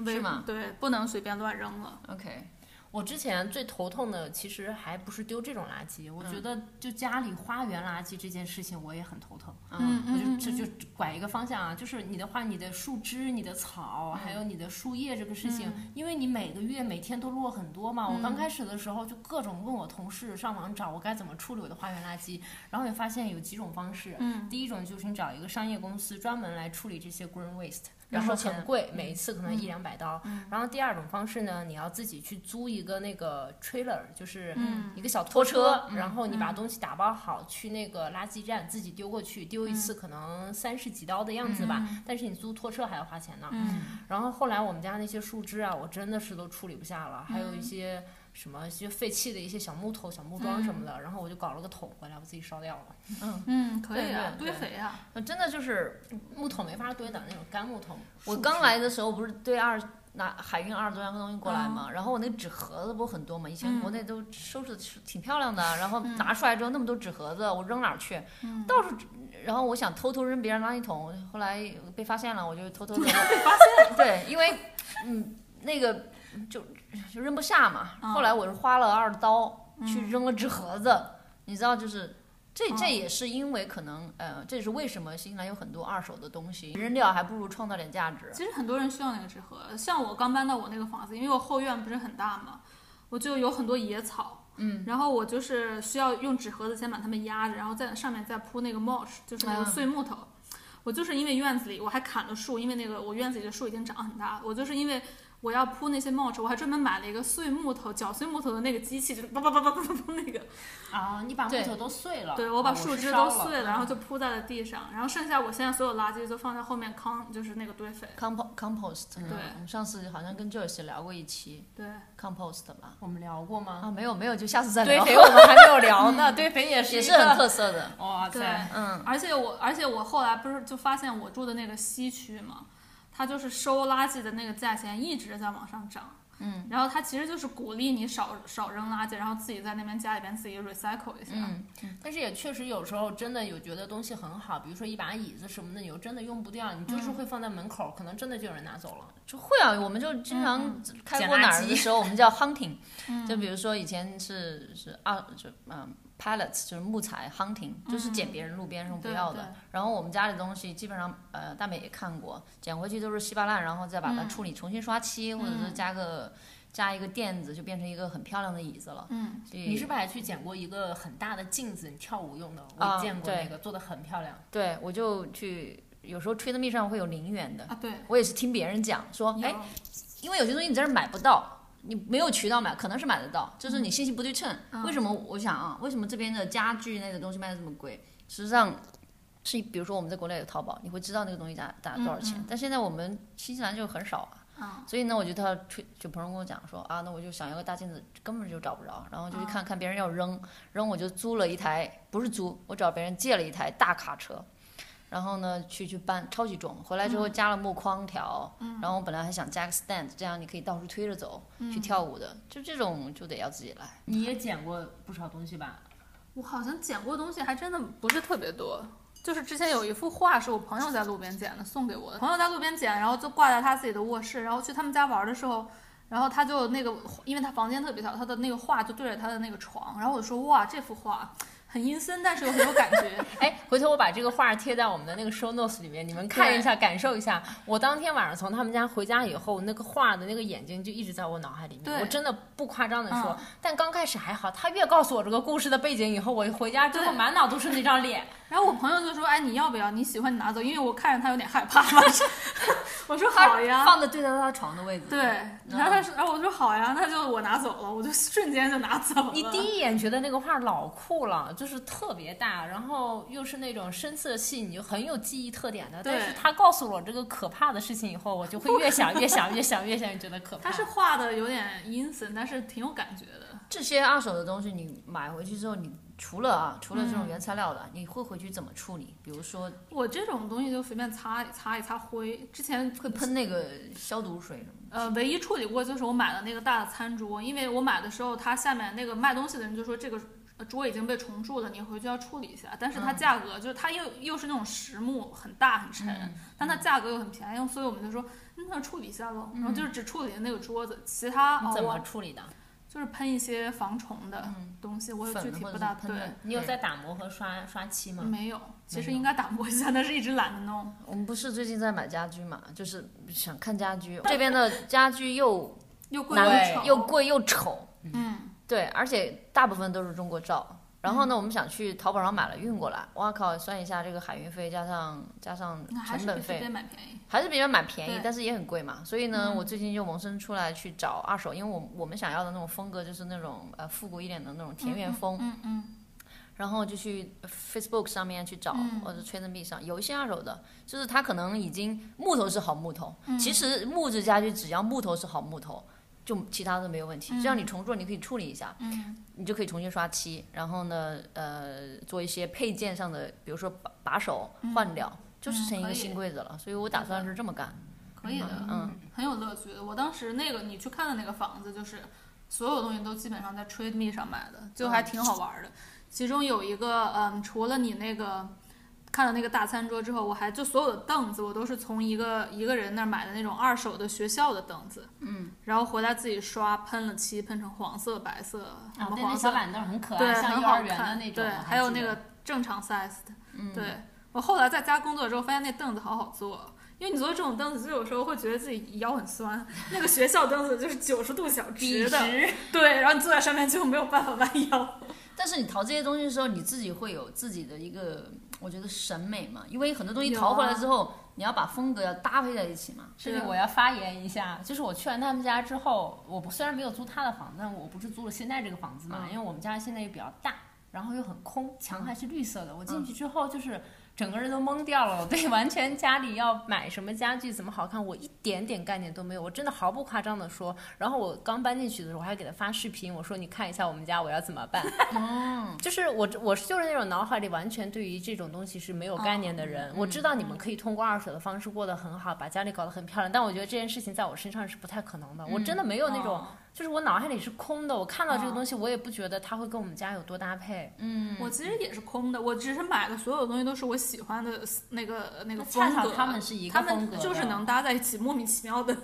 C: 违
B: 是吗
C: 对，不能随便乱扔了。
B: OK，
A: 我之前最头痛的，其实还不是丢这种垃圾，我
B: 嗯
A: 觉得就家里花园垃圾这件事情，我也很头疼。
B: 嗯，
A: 我就这就拐一个方向啊，就是你的话，你的树枝、你的草，还
B: 嗯
A: 有你的树叶这个事情，因为你每个月每天都落很多嘛。
B: 嗯
A: 我刚开始的时候就各种问我同事上网找我该怎么处理我的花园垃圾，然后也发现有几种方式。
C: 嗯
A: 第一种就是你找一个商业公司专门来处理这些 green waste，然
B: 要
A: 后
B: 收钱
A: 很贵，每一次可能一两百刀。然后第二种方式呢，你要自己去租一个那个 trailer，就是
C: 嗯
A: 一个小拖
B: 拖车
A: 车，然后你把东西打包好，去那个垃圾站自己丢过去，丢一次可能三十几刀的样子吧。但是你租拖车还要花钱呢。
C: 嗯
A: 然后后来我们家那些树枝啊，我真的是都处理不下了，还有一些什么一些废弃的一些小木头、小木桩什么的，然后我就搞了个桶回来，我自己烧掉了。
C: 嗯，可以
B: 对
C: 啊，
B: 对
C: 堆肥啊。
B: 那真的就是
A: 木桶没法堆的那种干木桶。
B: 我
A: 树
B: 刚
A: 枝
B: 来的时候不是对二拿海运二十多箱东西过来嘛，然后我那纸盒子不是很多嘛，以前
C: 嗯
B: 国内都收拾的挺漂亮的，然后拿出来之后那么多纸盒子，我扔哪儿去？到处，然后我想偷偷扔别人垃圾桶，后来被发现了，我就偷偷扔。被发现？ 对，因为嗯那个就就扔不下嘛，
C: 嗯
B: 后来我是花了二刀去扔了纸盒子，你知道就是。这这
C: 嗯
B: 也是因为可能，呃，这也是为什么新西兰有很多二手的东西扔掉，还不如创造点价值。
C: 其实很多人需要那个纸盒，像我刚搬到我那个房子，因为我后院不是很大嘛，我就有很多野草。嗯，然后我就是需要用纸盒子先把它们压着，然后在上面再铺那个 mulch，就是那个
B: 啊
C: 碎木头。我就是因为院子里我还砍了树，因为那个我院子里的树已经长很大了，我就是因为我要铺那些帽子，我还专门买了一个碎木头、绞碎木头的那个机器，就是叭叭叭叭叭叭叭那个。
A: 啊，你把木
B: 对
A: 头都碎了，啊
C: 对，
A: 我
C: 我
B: 啊
C: 把树枝都碎了，
A: 了，
C: 然后就
B: 嗯
C: 铺在了地上，然后剩下我现在所有垃圾就放在后面康，就是那个堆肥。
B: compost compost，
C: 对
B: 嗯我们上次好像跟 Joyce 聊过一期
C: 对，
B: compost 吧？
A: 我们聊过 吗？
B: 啊，没有没有，就下次再
A: 堆
B: 聊，
A: 肥我们还没有聊 呢，堆肥也是
B: 也
A: 也
B: 是 很特色的，
A: 哇
C: 对
A: 塞，
B: 嗯，
C: 而且我而且我后来不是就发现我住的那个西区嘛，它就是收垃圾的那个价钱一直在往上涨。
B: 嗯，
C: 然后它其实就是鼓励你少少扔垃圾，然后自己在那边家里边自己 recycle 一下。
B: 嗯，
A: 但是也确实有时候真的有觉得东西很好，比如说一把椅子什么的，你又真的用不掉，你就是会放在门口，可能真的就有人拿走了。
B: 就会啊，我们就经常开
A: 捡
B: 过
A: 垃
B: 哪儿的
A: 圾
B: 时候，我们叫 hunting，就比如说以前是是二就嗯 pallets 就是木材 hunting，就是捡别人路边上不
C: 对
B: 要
C: 对
B: 的。然后我们家里东西基本上呃大美也看过，捡回去都是稀巴烂，然后再把它处理重新刷漆，或者是加个加一个垫子，就变成一个很漂亮的椅子了。
C: 嗯，
B: 所以
A: 你是不是还去捡过一个很大的镜子，你跳舞用的？
B: 啊
A: 我见过
B: 对
A: 那个，做的很漂亮。
B: 对我就去有时候 Tree Me 上会有零元的，
C: 啊对，
B: 我也是听别人讲说，哎
C: 有，
B: 因为有些东西你在这儿买不到，你没有渠道买，可能是买得到，就是你信息不对称。
C: 嗯
B: 为什么？我想啊，为什么这边的家具类的东西卖的这么贵？实际上是，比如说我们在国内有淘宝，你会知道那个东西打打多少钱，但现在我们新西兰就很少啊。
C: 嗯
B: 所以呢，我就他吹，就朋友跟我讲说啊，那我就想要个大镜子，根本就找不着，然后就
C: 啊
B: 去看看别人要扔，扔我就租了一台，不是租，我找别人借了一台大卡车，然后呢去去搬，超级重，回来之后
C: 嗯
B: 加了木框条，然后我本来还想加个 stand，这样你可以到处推着走、
C: 嗯
B: 去跳舞的，就这种就得要自己来。
A: 你也捡过不少东西吧？
C: 我好像捡过东西，还真的不是特别多。就是之前有一幅画是我朋友在路边捡的，送给我的。朋友在路边捡，然后就挂在他自己的卧室。然后去他们家玩的时候，然后他就那个，因为他房间特别小，他的那个画就对着他的那个床。然后我就说哇，这幅画很阴森，但是又很有感觉。
A: 哎，回头我把这个画贴在我们的那个 show notes 里面，你们看一下，感受一下。我当天晚上从他们家回家以后，那个画的那个眼睛就一直在我脑海里面。
C: 对
A: 我真的不夸张的说
C: 嗯，
A: 但刚开始还好，他越告诉我这个故事的背景以后，我回家之后
C: 对
A: 满脑都是那张脸。
C: 然后我朋友就说，哎，你要不要？你喜欢你拿走，因为我看着他有点害怕嘛。 我说好呀，
B: 放的对到他床的位置。嗯
C: 对。 然后他说，然后我说好呀，那就我拿走了，我就瞬间就拿走了。
A: 你第一眼觉得那个画老酷了，就是特别大，然后又是那种深色系，你就很有记忆特点的。
C: 对
A: 但是他告诉我这个可怕的事情以后，我就会越想越想越想越想，越觉得可怕。
C: 他是画的有点阴森，但是挺有感觉的。
B: 这些二手的东西，你买回去之后，你除了啊，除了
C: 嗯
B: 这种原材料的，你会回去怎么处理？比如说
C: 我这种东西就随便擦一擦一擦灰。之前
B: 会喷那个消毒水什么
C: 呃，唯一处理过就是我买的那个大的餐桌，因为我买的时候，他下面那个卖东西的人就说这个呃桌已经被虫蛀了，你回去要处理一下。但是
B: 嗯
C: 它价格、就是它又又是那种实木，很大很沉，
B: 嗯
C: 但它价格又很便宜，所以我们就说嗯那处理一下喽。然后就是只处理了那个桌子，其他
A: 你
C: 哦
A: 怎么
C: 我
A: 处理的？
C: 就是喷一些防虫的东西，我
B: 的，
C: 也呃具
B: 嗯粉的
C: 体
B: 或者
C: 不
B: 是
C: 大
B: 喷
C: 对。
B: 的。
A: 你有在打磨和刷刷漆吗？
C: 没有，其实应该打磨一下，但是一直懒得弄。
B: 我们不是最近在买家居嘛，就是想看家居。这边的家居又
C: 又贵
B: 难
C: 又丑
B: 又贵又丑，
C: 嗯，
B: 对，而且大部分都是中国造。然后呢，我们想去淘宝上买了运过来，哇靠，算一下这个海运费加上加上
C: 那还
B: 成
C: 是
B: 本
C: 比随
B: 费，
C: 便买便宜。
B: 还是比较买便宜
C: 对，嗯
B: 但是也很贵嘛。所以呢，我最近就萌生出来去找二手，因为我我们想要的那种风格就是那种呃复古一点的那种田园风，
C: 嗯嗯，
B: 然后就去 Facebook 上面去找，或者 Trade Me 上有一些二手的，就是它可能已经木头是好木头，其实木质家具只要木头是好木头，就其他的没有问题。只要你重做，你可以处理一下，你就可以重新刷漆，然后呢，呃，做一些配件上的，比如说把把手换掉，就是成一
C: 可
B: 个
C: 以
B: 新柜子了。嗯所以我打算是这么干。
C: 可以的，
B: 嗯，
C: 很有乐趣的。我当时那个你去看的那个房子，就是所有东西都基本上在 Trade Me 上买的，就还挺好玩的。其中有一个，嗯，除了你那个看了那个大餐桌之后，我还就所有的凳子我都是从一个一个人那儿买的那种二手的学校的凳子，嗯，然后回来自己刷，喷了漆，喷成黄色、白色，什
A: 啊，
C: 么
A: 对，那
C: 黄
A: 小
C: 色
A: 板凳很可
C: 对，
A: 爱，像
C: 很
A: 幼
C: 好
A: 儿园的
C: 看
A: 那种。
C: 对
A: 我，还
C: 还有
A: 记
C: 那
A: 得嗯
C: 个正常 size 的，对我后来在家工作之后，发现那凳子好好坐。因为你坐这种凳子，就有时候会觉得自己腰很酸。那个学校凳子就是九十度角
A: 笔
C: 直的，
A: 直，
C: 对，然后你坐在上面就没有办法弯腰。
B: 但是你淘这些东西的时候，你自己会有自己的一个，我觉得审美嘛，因为很多东西
C: 有啊
B: 淘回来之后，你要把风格要搭配在一起嘛。
A: 这里我要发言一下，就是我去完他们家之后，我不虽然没有租他的房子，但我不是租了现在这个房子嘛，
B: 嗯
A: 因为我们家现在也比较大，然后又很空，墙还是绿色的。我
C: 嗯
A: 进去之后就是整个人都懵掉了，我对 完全家里要买什么家具怎么好看，我一点点概念都没有，我真的毫不夸张的说。然后我刚搬进去的时候，我还给他发视频，我说你看一下我们家我要怎么办。就是我我是就是那种脑海里完全对于这种东西是没有概念的
C: 哦
A: 人。我知道
C: 嗯
A: 你们可以通过二手的方式过得很好，把家里搞得很漂亮，但我觉得这件事情在我身上是不太可能的。我真的没有那种，
B: 哦
A: 就是我脑海里是空的。我看到这个
C: 嗯哦嗯
A: 东西，我也不觉得它会跟我们家有多搭配。
C: 我其实也是空的，我只是买的所有东西都是我喜欢的那个那个风
A: 恰
C: 格。
A: 巧他们是一个
C: 他
A: 风格
C: 们
A: 的
C: 就是能搭在一起，莫名其妙的。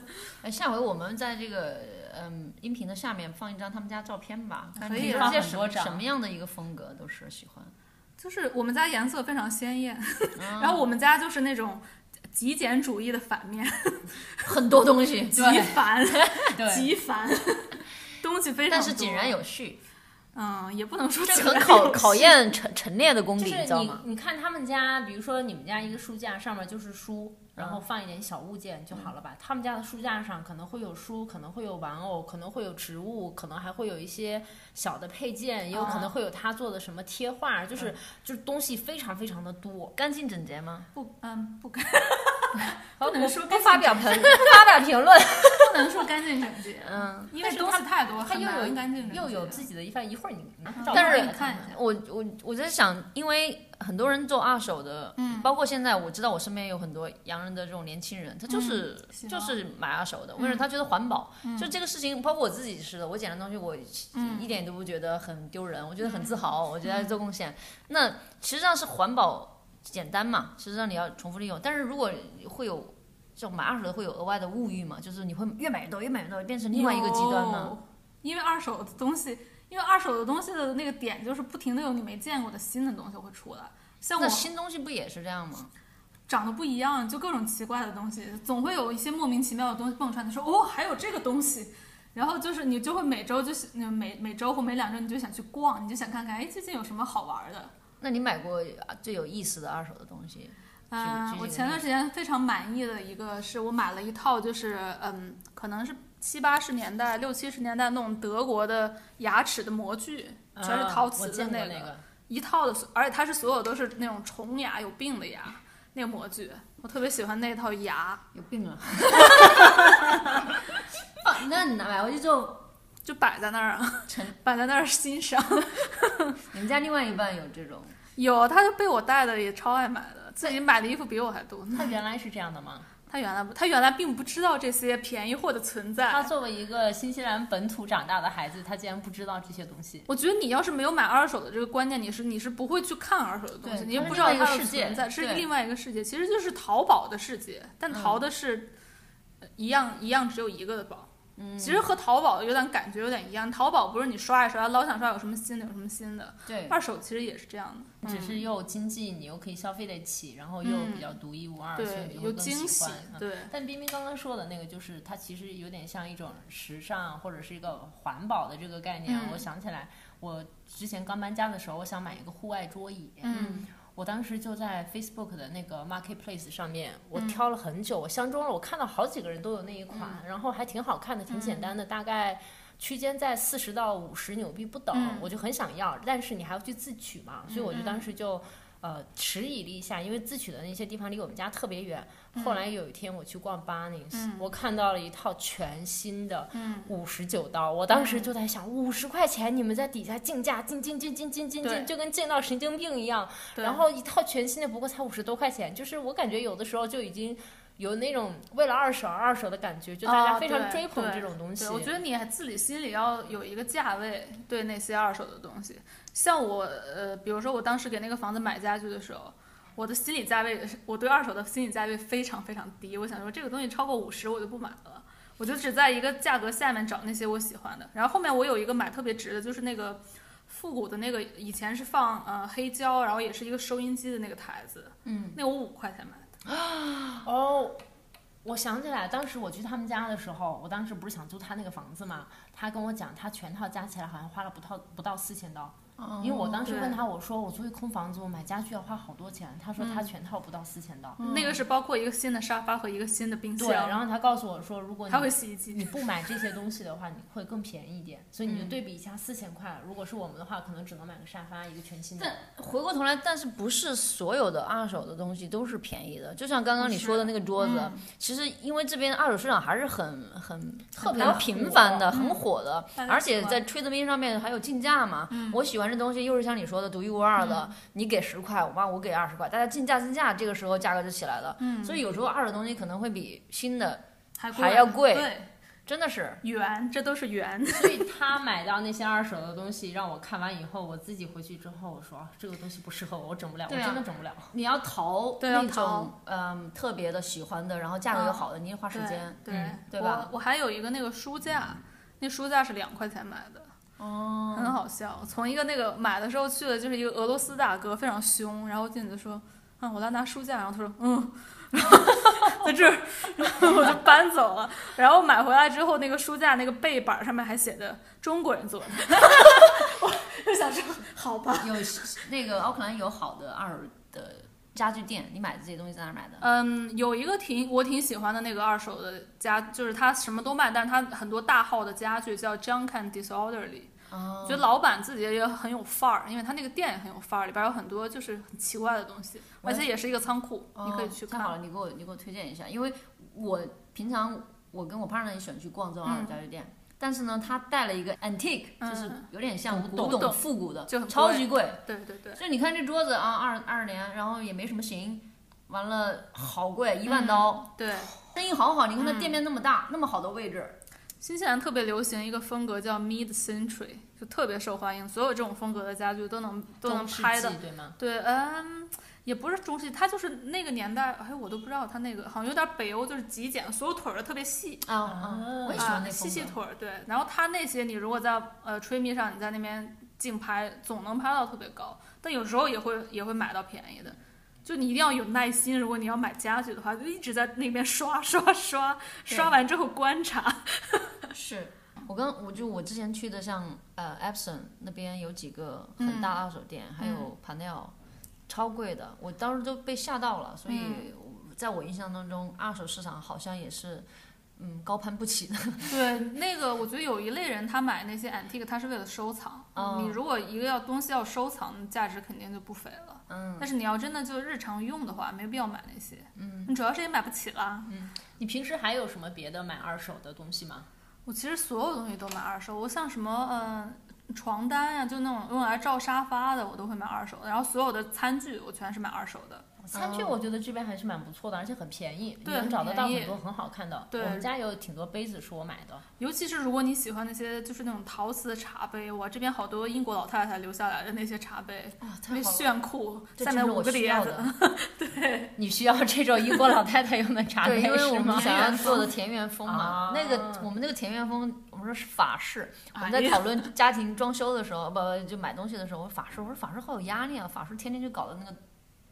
B: 哎，下回我们在这个嗯音频的下面放一张他们家照片吧，看
C: 可以
B: 你们
C: 放
B: 这
A: 很
B: 什
A: 多
B: 么
A: 张
B: 什么样的一个风格都是喜欢。
C: 就是我们家颜色非常鲜艳，
A: 嗯
C: 然后我们家就是那种极简主义的反面，
B: 很多东西，
C: 极繁，
A: 对
C: 极繁， 东西非常
B: 但
C: 多。
B: 是井然有序，
C: 嗯，也不能说
B: 这
C: 井
B: 很
C: 然
B: 考
C: 有
B: 考
C: 序。
B: 验陈陈列的功
A: 就
B: 底，
A: 是
B: 知道
A: 你
B: 吗？
A: 你看他们家，比如说你们家一个书架上面就是书，然
C: 嗯
A: 后放一点小物件就好了吧。他们家的书架上可能会有书，可能会有玩偶，可能会有植物，可能还会有一些小的配件，也有
C: 啊
A: 可能会有他做的什么贴画，就是
C: 嗯
A: 就是东西非常非常的多。
B: 干净整洁吗？
C: 不，嗯，不干，
A: 不
C: 能说
A: 不
C: 干净
A: 发表评 不发表评论，
C: 不能说干净整 洁，
B: 嗯，
C: 因
A: 但
C: 为
A: 是
C: 东西太多，
A: 它
C: 很
A: 又
C: 难
A: 有
C: 干净整洁。
A: 又有自己的一番。一会儿你
C: 啊
A: 你找
B: 但
A: 到
B: 是
A: 你
C: 看一下
B: 我我我在想，因为很多人做二手的，
C: 嗯
B: 包括现在我知道我身边有很多洋人的这种年轻人，他就是、
C: 喜
B: 嗯
C: 欢
B: 就是买二手的，为什么他觉得环保？就这个事情，包括我自己是的，我捡的东西我
C: 嗯
B: 一点都不觉得很丢人，我觉得很自豪，我觉得在做贡献。那实际上是环保简单嘛，实际上你要重复利用，但是如果会有。这种买二手的会有额外的物欲嘛？就是你会越买越多，越买越多，变成另外一个极端嘛？
C: 有，因为二手的东西，因为二手的东西的那个点就是不停的有你没见过的新的东西会出来，像
B: 那
C: 我
B: 新东西不也是这样吗？
C: 长得不一样，就各种奇怪的东西，总会有一些莫名其妙的东西蹦出来。你说哦，还有这个东西，然后就是你就会每周就是那每每周或每两周你就想去逛，你就想看看，哎，最近有什么好玩的。
B: 那你买过啊最有意思的二手的东西？
C: 嗯、
B: 举举几个
C: 我前段时间非常满意的一个是我买了一套，就是嗯，可能是七八十年代、六七十年代那种德国的牙齿的模具，全是
A: 啊
C: 陶瓷的
A: 那
C: 那个，一套的，而且它是所有都是那种虫牙、有病的牙那个模具，我特别喜欢那套牙。
B: 有病 啊！放那你买回去之后，
C: 就摆在那儿啊，
B: 陈
C: 摆在那儿欣赏。
B: 你们家另外一半有这种？
C: 有，他就被我带的也超爱买的，自己买的衣服比我还多呢。
A: 他原来是这样的 吗？
C: 他原来不，他原来并不知道这些便宜货的存
A: 他
C: 在。
A: 作为一个新西兰本土长大的孩子，他竟然不知道这些东西。
C: 我觉得你要是没有买二手的这个观念，你是你是不会去看二手的东西，
B: 对
C: 你也
B: 它是
C: 不知道
B: 另外一
C: 它
B: 个
C: 的
B: 世界
C: 存在，是
B: 对嗯
C: 另外一个世界，其实就是淘宝的世界，但淘的是呃一样一样只有一个的宝。嗯，其实和淘宝有点感觉有点一样，淘宝不是你刷一刷，老想刷有什么新的有什么新的，
B: 对，嗯
C: 二手其实也是这样的。
A: 只是又经济，你又可以消费得起，然后又比较独一无二，所以
C: 嗯对
A: 你，会
C: 有
A: 更
C: 惊
A: 喜
C: 喜
A: 欢。，嗯
C: 对，
A: 但冰冰刚刚说的那个，就是它其实有点像一种时尚或者是一个环保的这个概念。
C: 嗯
A: 我想起来，我之前刚搬家的时候，我想买一个户外桌椅，
C: 嗯
A: 我当时就在 Facebook 的那个 Marketplace 上面，我
C: 嗯
A: 挑了很久，我相中了，我看到好几个人都有那一款，然后还挺好看的，挺简单的，
C: 嗯
A: 大概区间在四十到五十纽币不等，
C: 嗯
A: 我就很想要，但是你还要去自取嘛，所以我就当时就。呃，迟疑了一下，因为自取的那些地方离我们家特别远。
C: 嗯
A: 后来有一天我去逛 Barney's，、我看到了一套全新的
C: 嗯，
A: 五十九刀，我当时就在想，五十块钱你们在底下竞价，竞竞竞竞竞竞
C: 对
A: 竞，就跟见到神经病一样。
C: 对
A: 然后一套全新的不过才五十多块钱，就是我感觉有的时候就已经有那种为了二手而二手的感觉，就大家
C: 哦
A: 非常
C: 对
A: 追捧
C: 对
A: 这种东西。
C: 对，我觉得你还自己心里要有一个价位，对那些二手的东西。像我，呃，比如说我当时给那个房子买家具的时候，我的心理价位，我对二手的心理价位非常非常低。我想说，这个东西超过五十我就不买了，我就只在一个价格下面找那些我喜欢的。然后后面我有一个买特别值的，就是那个复古的那个，以前是放呃黑胶，然后也是一个收音机的那个台子，
B: 嗯，
C: 那个我五块钱买的。
A: 哦，我想起来，当时我去他们家的时候，我当时不是想租他那个房子嘛，他跟我讲，他全套加起来好像花了不到不到四千刀。因为我当时
C: 对
A: 问他，我说我作为空房租，我买家具要花好多钱，他说他全套不到四千刀。
C: 那
B: 嗯
C: 个是包括一个新的沙发和一个新的冰
A: 对，
C: 箱，
A: 然后他告诉我说，如果你
C: 还有
B: 嗯
C: 洗衣机。
A: 你不买这些东西的话，你会更便宜一点。所以你就对比一下，四千块，如果是我们的话，可能只能买个沙发，一个全新的。
B: 回过头来，但是不是所有的二手的东西都是便宜的？就像刚刚你说的那个桌子，其实因为这边二手市场还是很很
A: 特别
B: 很
A: 火
B: 频繁的、很火的，
C: 大家
B: 而
C: 喜
B: 且
C: 欢
B: 在 Trade Me 上面还有竞价嘛。我喜欢这东西，又是像你说的独一无二的，你给十块，我妈我给二十块，大家竞价竞价，这个时候价格就起来了。所以有时候二手东西可能会比新的
C: 嗯还
B: 嗯还要贵
C: 对，
B: 真的是
C: 圆，这都是圆。
A: 所以他买到那些二手的东西，让我看完以后，我自己回去之后，我说啊这个东西不适合我，我整不了，我
B: 对啊
A: 真的整不了。
B: 你要淘
C: 对要
B: 那种
C: 淘
B: 嗯特别的喜欢的，然后价格又好的，你也花时间。
C: 对
A: 嗯
B: 对吧？
C: 我我还有一个那个书架，那书架是两块钱买的。哦，很好笑。从一个那个买的时候去的就是一个俄罗斯大哥，非常凶，然后进去就说：“啊，我来拿书架。”然后他说：“嗯， 在这儿。”然后我就搬走了。然后买回来之后，那个书架那个背板上面还写着“中国人做的”，我就想说：“好吧。”
B: 有那个奥克兰有好的二手的家具店，你买的这些东西在哪儿买的？
C: 嗯，有一个挺我挺喜欢的那个二手的家，就是它什么都卖，但是它很多大号的家具叫 Junk and Disorderly。
B: 哦
C: 觉得老板自己也很有范儿，因为他那个店也很有范儿，里边有很多就是很奇怪的东西，
B: 我
C: 而且也是一个仓库，
B: 哦
C: 你可以去
B: 太好
C: 看。
B: 了，你给我你给我推荐一下，因为我平常我跟我 partner 也喜欢去逛这种二手家具店。但是呢，他带了一个 antique，、
C: 嗯
B: 就是有点像
A: 古
B: 古
C: 董
B: 董、复古的，
C: 就很贵
B: 超级贵。
C: 对对对，
B: 所以你看这桌子啊，二二十年，然后也没什么型，完了好贵，一
C: 嗯
B: 万刀，
C: 对，
B: 生意好好。你看
C: 嗯
B: 它店面那么大，那么好的位置，
C: 新西兰特别流行一个风格叫 mid century，就特别受欢迎，所有这种风格的家具都能都能
A: 中世
C: 拍的
A: 纪对吗？
C: 对，嗯，也不是中世纪，它就是那个年代，哎，我都不知道它那个好像有点北欧，就是极简，所有腿儿都特别细。
B: 啊啊，我也喜欢
C: 哦啊，
B: 那
C: 细
B: 风
C: 细
B: 格。
C: 腿儿，对。然后它那些你如果在呃 t r 上，你在那边竞拍，总能拍到特别高，但有时候也会也会买到便宜的。就你一定要有耐心，如果你要买家具的话，就一直在那边刷刷刷，
B: 对
C: 刷完之后观察。
B: 是我跟我就我之前去的像呃 Epson 那边有几个很大的二手店，还有 Panel，超贵的，我当时都被吓到了。所以我在我印象当中，二手市场好像也是嗯高攀不起的。
C: 对，那个我觉得有一类人，他买那些 antique，他是为了收藏。
B: 哦
C: 你如果一个要东西要收藏，价值肯定就不菲了。
B: 嗯，
C: 但是你要真的就日常用的话，没必要买那些。嗯，你主要是也买不起啦。
A: 你平时还有什么别的买二手的东西吗？
C: 我其实所有东西都买二手，我像什么嗯、呃、床单呀、就那种用来罩沙发的，我都会买二手的。然后所有的餐具我全是买二手的。
A: 哦餐具我觉得这边还是蛮不错的，而且很便宜，你
C: 对
A: 能找得到
C: 很便宜
A: 嗯很多很好看的。
C: 对
A: 我们家有挺多杯子是我买的，
C: 尤其是如果你喜欢那些就是那种陶瓷的茶杯，哇，这边好多英国老太太留下来的那些茶杯，
B: 啊，
C: 特
B: 太
C: 别
B: 好了，
C: 炫酷，
B: 这
C: 下
B: 正
C: 面
B: 是
C: 五
B: 我
C: 个
B: 需
C: 碟
B: 要
C: 子
B: 的。。
A: 你需要这种英国老太太用的茶杯
B: 对，因为我
A: 是吗
B: 们？想要 做的田园风嘛
A: 啊，
B: 那个我们那个田园风，我们说是法式。我们
C: 哎
B: 在
C: 呀
B: 讨论家庭装修的时候，不不就买东西的时候，我说法式，我说法式好有压力啊，法式天天就搞的那个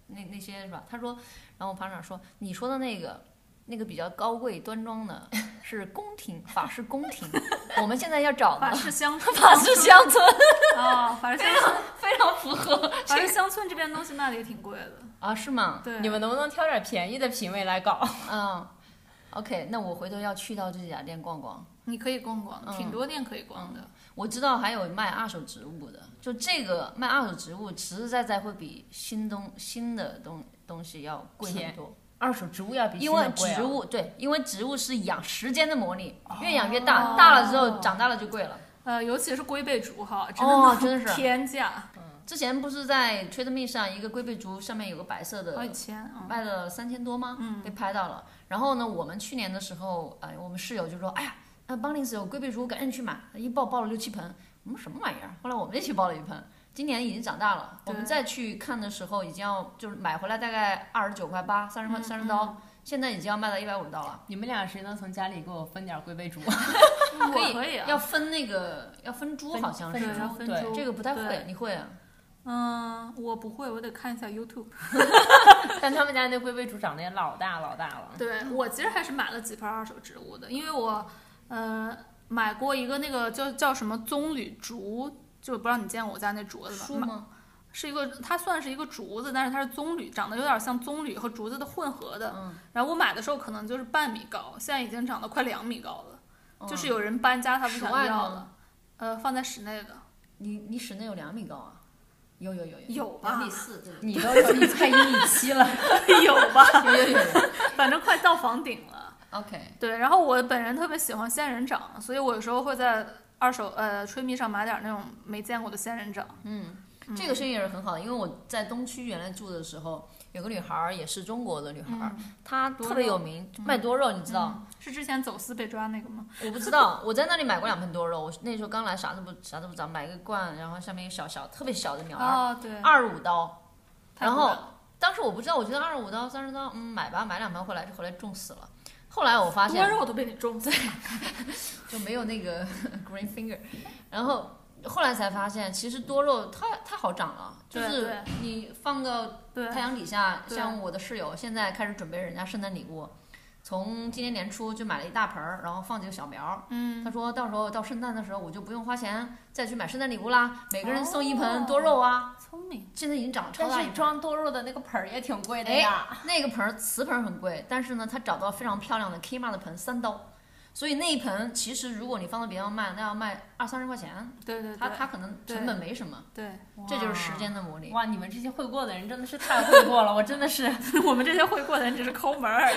B: 那那些是吧？他说，然后我旁长说，你说的那个那个比较高贵端庄的是宫廷法式宫廷，我们现在要找
C: 法
B: 的
C: 式 乡
B: 法式 乡村，
C: 啊，法式乡村，
B: 非常符合
C: 法式乡村这边东西卖的也挺贵的。
B: 啊，是吗？
C: 对，
A: 你们能不能挑点便宜的品味来搞？
B: 嗯，OK，那我回头要去到这家店逛逛。
C: 你可以逛逛，
B: 嗯
C: 挺多店可以逛的。
B: 我知道还有卖二手植物的，就这个卖二手植物实实在在会比新东新的东东西要贵很
A: 便
B: 多，
A: 二手植物要比新
B: 因为
A: 的贵啊哦
B: 植物对，因为植物是养时间的魔力，越养越大，大了之后长大了就贵了。
C: 呃，尤其是龟背竹哈，真
B: 嗯哦
C: 的
B: 真是
C: 天价，
A: 嗯
B: 之前不是在 Trade Me 上一个龟背竹上面有个白色
A: 哦
B: 的
C: 好几千啊。嗯
B: 卖了三千多吗？嗯，被拍到了。然后呢，我们去年的时候，呃，我们室友就说：“哎呀，那邦尼斯有龟背竹，赶紧去买。”一抱抱了六七盆，我们什么玩意儿？后来我们一起抱了一盆。今年已经长大了，我们
C: 对
B: 再去看的时候，已经要就是买回来大概二十九块八，三十
C: 嗯
B: 块三十刀，现在已经要卖到一百五十刀了。
A: 你们俩谁能从家里给我分点龟 背竹？
C: 可
B: 以
C: 以可以啊，
B: 要分那个要分株，
A: 分
B: 好像
A: 分
B: 是
C: 对要分
A: 对
C: 株，
B: 这个不太会
C: 对。，
B: 你会啊？
C: 嗯，我不会，我得看一下 YouTube。
A: 但他们家那龟背竹长得也老大老大了。
C: 对我其实还是买了几盆二手植物的，因为我呃买过一个那个叫叫什么棕榈竹。就不知道你见过我家那镯子
B: 书
C: 吗？
B: 吗？
C: 是一个，它算是一个竹子，但是它是棕榈，长得有点像棕榈和竹子的混合的。
B: 嗯
C: 然后我买的时候可能就是半米高，现在已经长到快两米高了。就是
B: 有
C: 有人搬家，他不
B: 室
C: 想
B: 外的
C: 要
B: 吗
C: 了。呃，放在室内的
B: 你你室内有两米高啊？有有有有
C: 有吧
B: 两米四对
A: 你都有一快一米七了，
C: 有吧？
B: 有有有有
C: 反正快到房顶了。
B: OK
C: 对，然后我本人特别喜欢仙人掌，所以我有时候会在二手呃吹咪上买点那种没见过的仙人掌。
B: 嗯这个生意也是很好的，因为我在东区原来住的时候，有个女孩儿也是中国的女孩儿，她
C: 嗯多
B: 特别
C: 肉嗯
B: 有名，卖多肉，嗯你知道？
C: 是之前走私被抓那个吗？
B: 我不知道，我在那里买过两盆多肉，我那时候刚来，啥都不啥都不知道，买一个罐，然后上面有小小特别小的苗儿，
C: 哦，对，
B: 二十五刀。
C: 太
B: 然
C: 酷
B: 后
C: 了
B: 当时我不知道，我觉得二十五刀、三十刀，嗯，买吧，买两盆回来，就回来种死了。后来我发现
C: 多肉都被你种 死了。
B: 就没有那个 green finger，然后后来才发现，其实多肉它它好长了，就
C: 对
B: 是
C: 对
B: 你放到
C: 对
B: 太阳底下，
C: 对
B: 像我的室友现在开始准备人家圣诞礼物，从今年年初就买了一大盆儿，然后放几个小苗儿。
C: 嗯
B: 他，说到时候到圣诞的时候，我就不用花钱再去买圣诞礼物啦，每个人送一盆
C: 哦
B: 多肉啊。
C: 聪明。
B: 现在已经长得超
A: 但
B: 大
A: 是你
B: 一盆
A: 装多肉的那个盆儿也挺贵的
B: 哎
A: 呀。
B: 那个盆儿瓷盆儿很贵，但是呢，他找到非常漂亮的 Kima 的盆，三刀。所以那一盆其实如果你放到别地方卖，那要卖二三十块钱，
C: 对对
B: 他
C: 对，
B: 他可能成本没什么，
C: 对，
B: 这就是时间的魔力。
A: 哇，你们这些会过的人真的是太会过了，我真的是
C: 我们这些会过的人只是抠门儿 而已。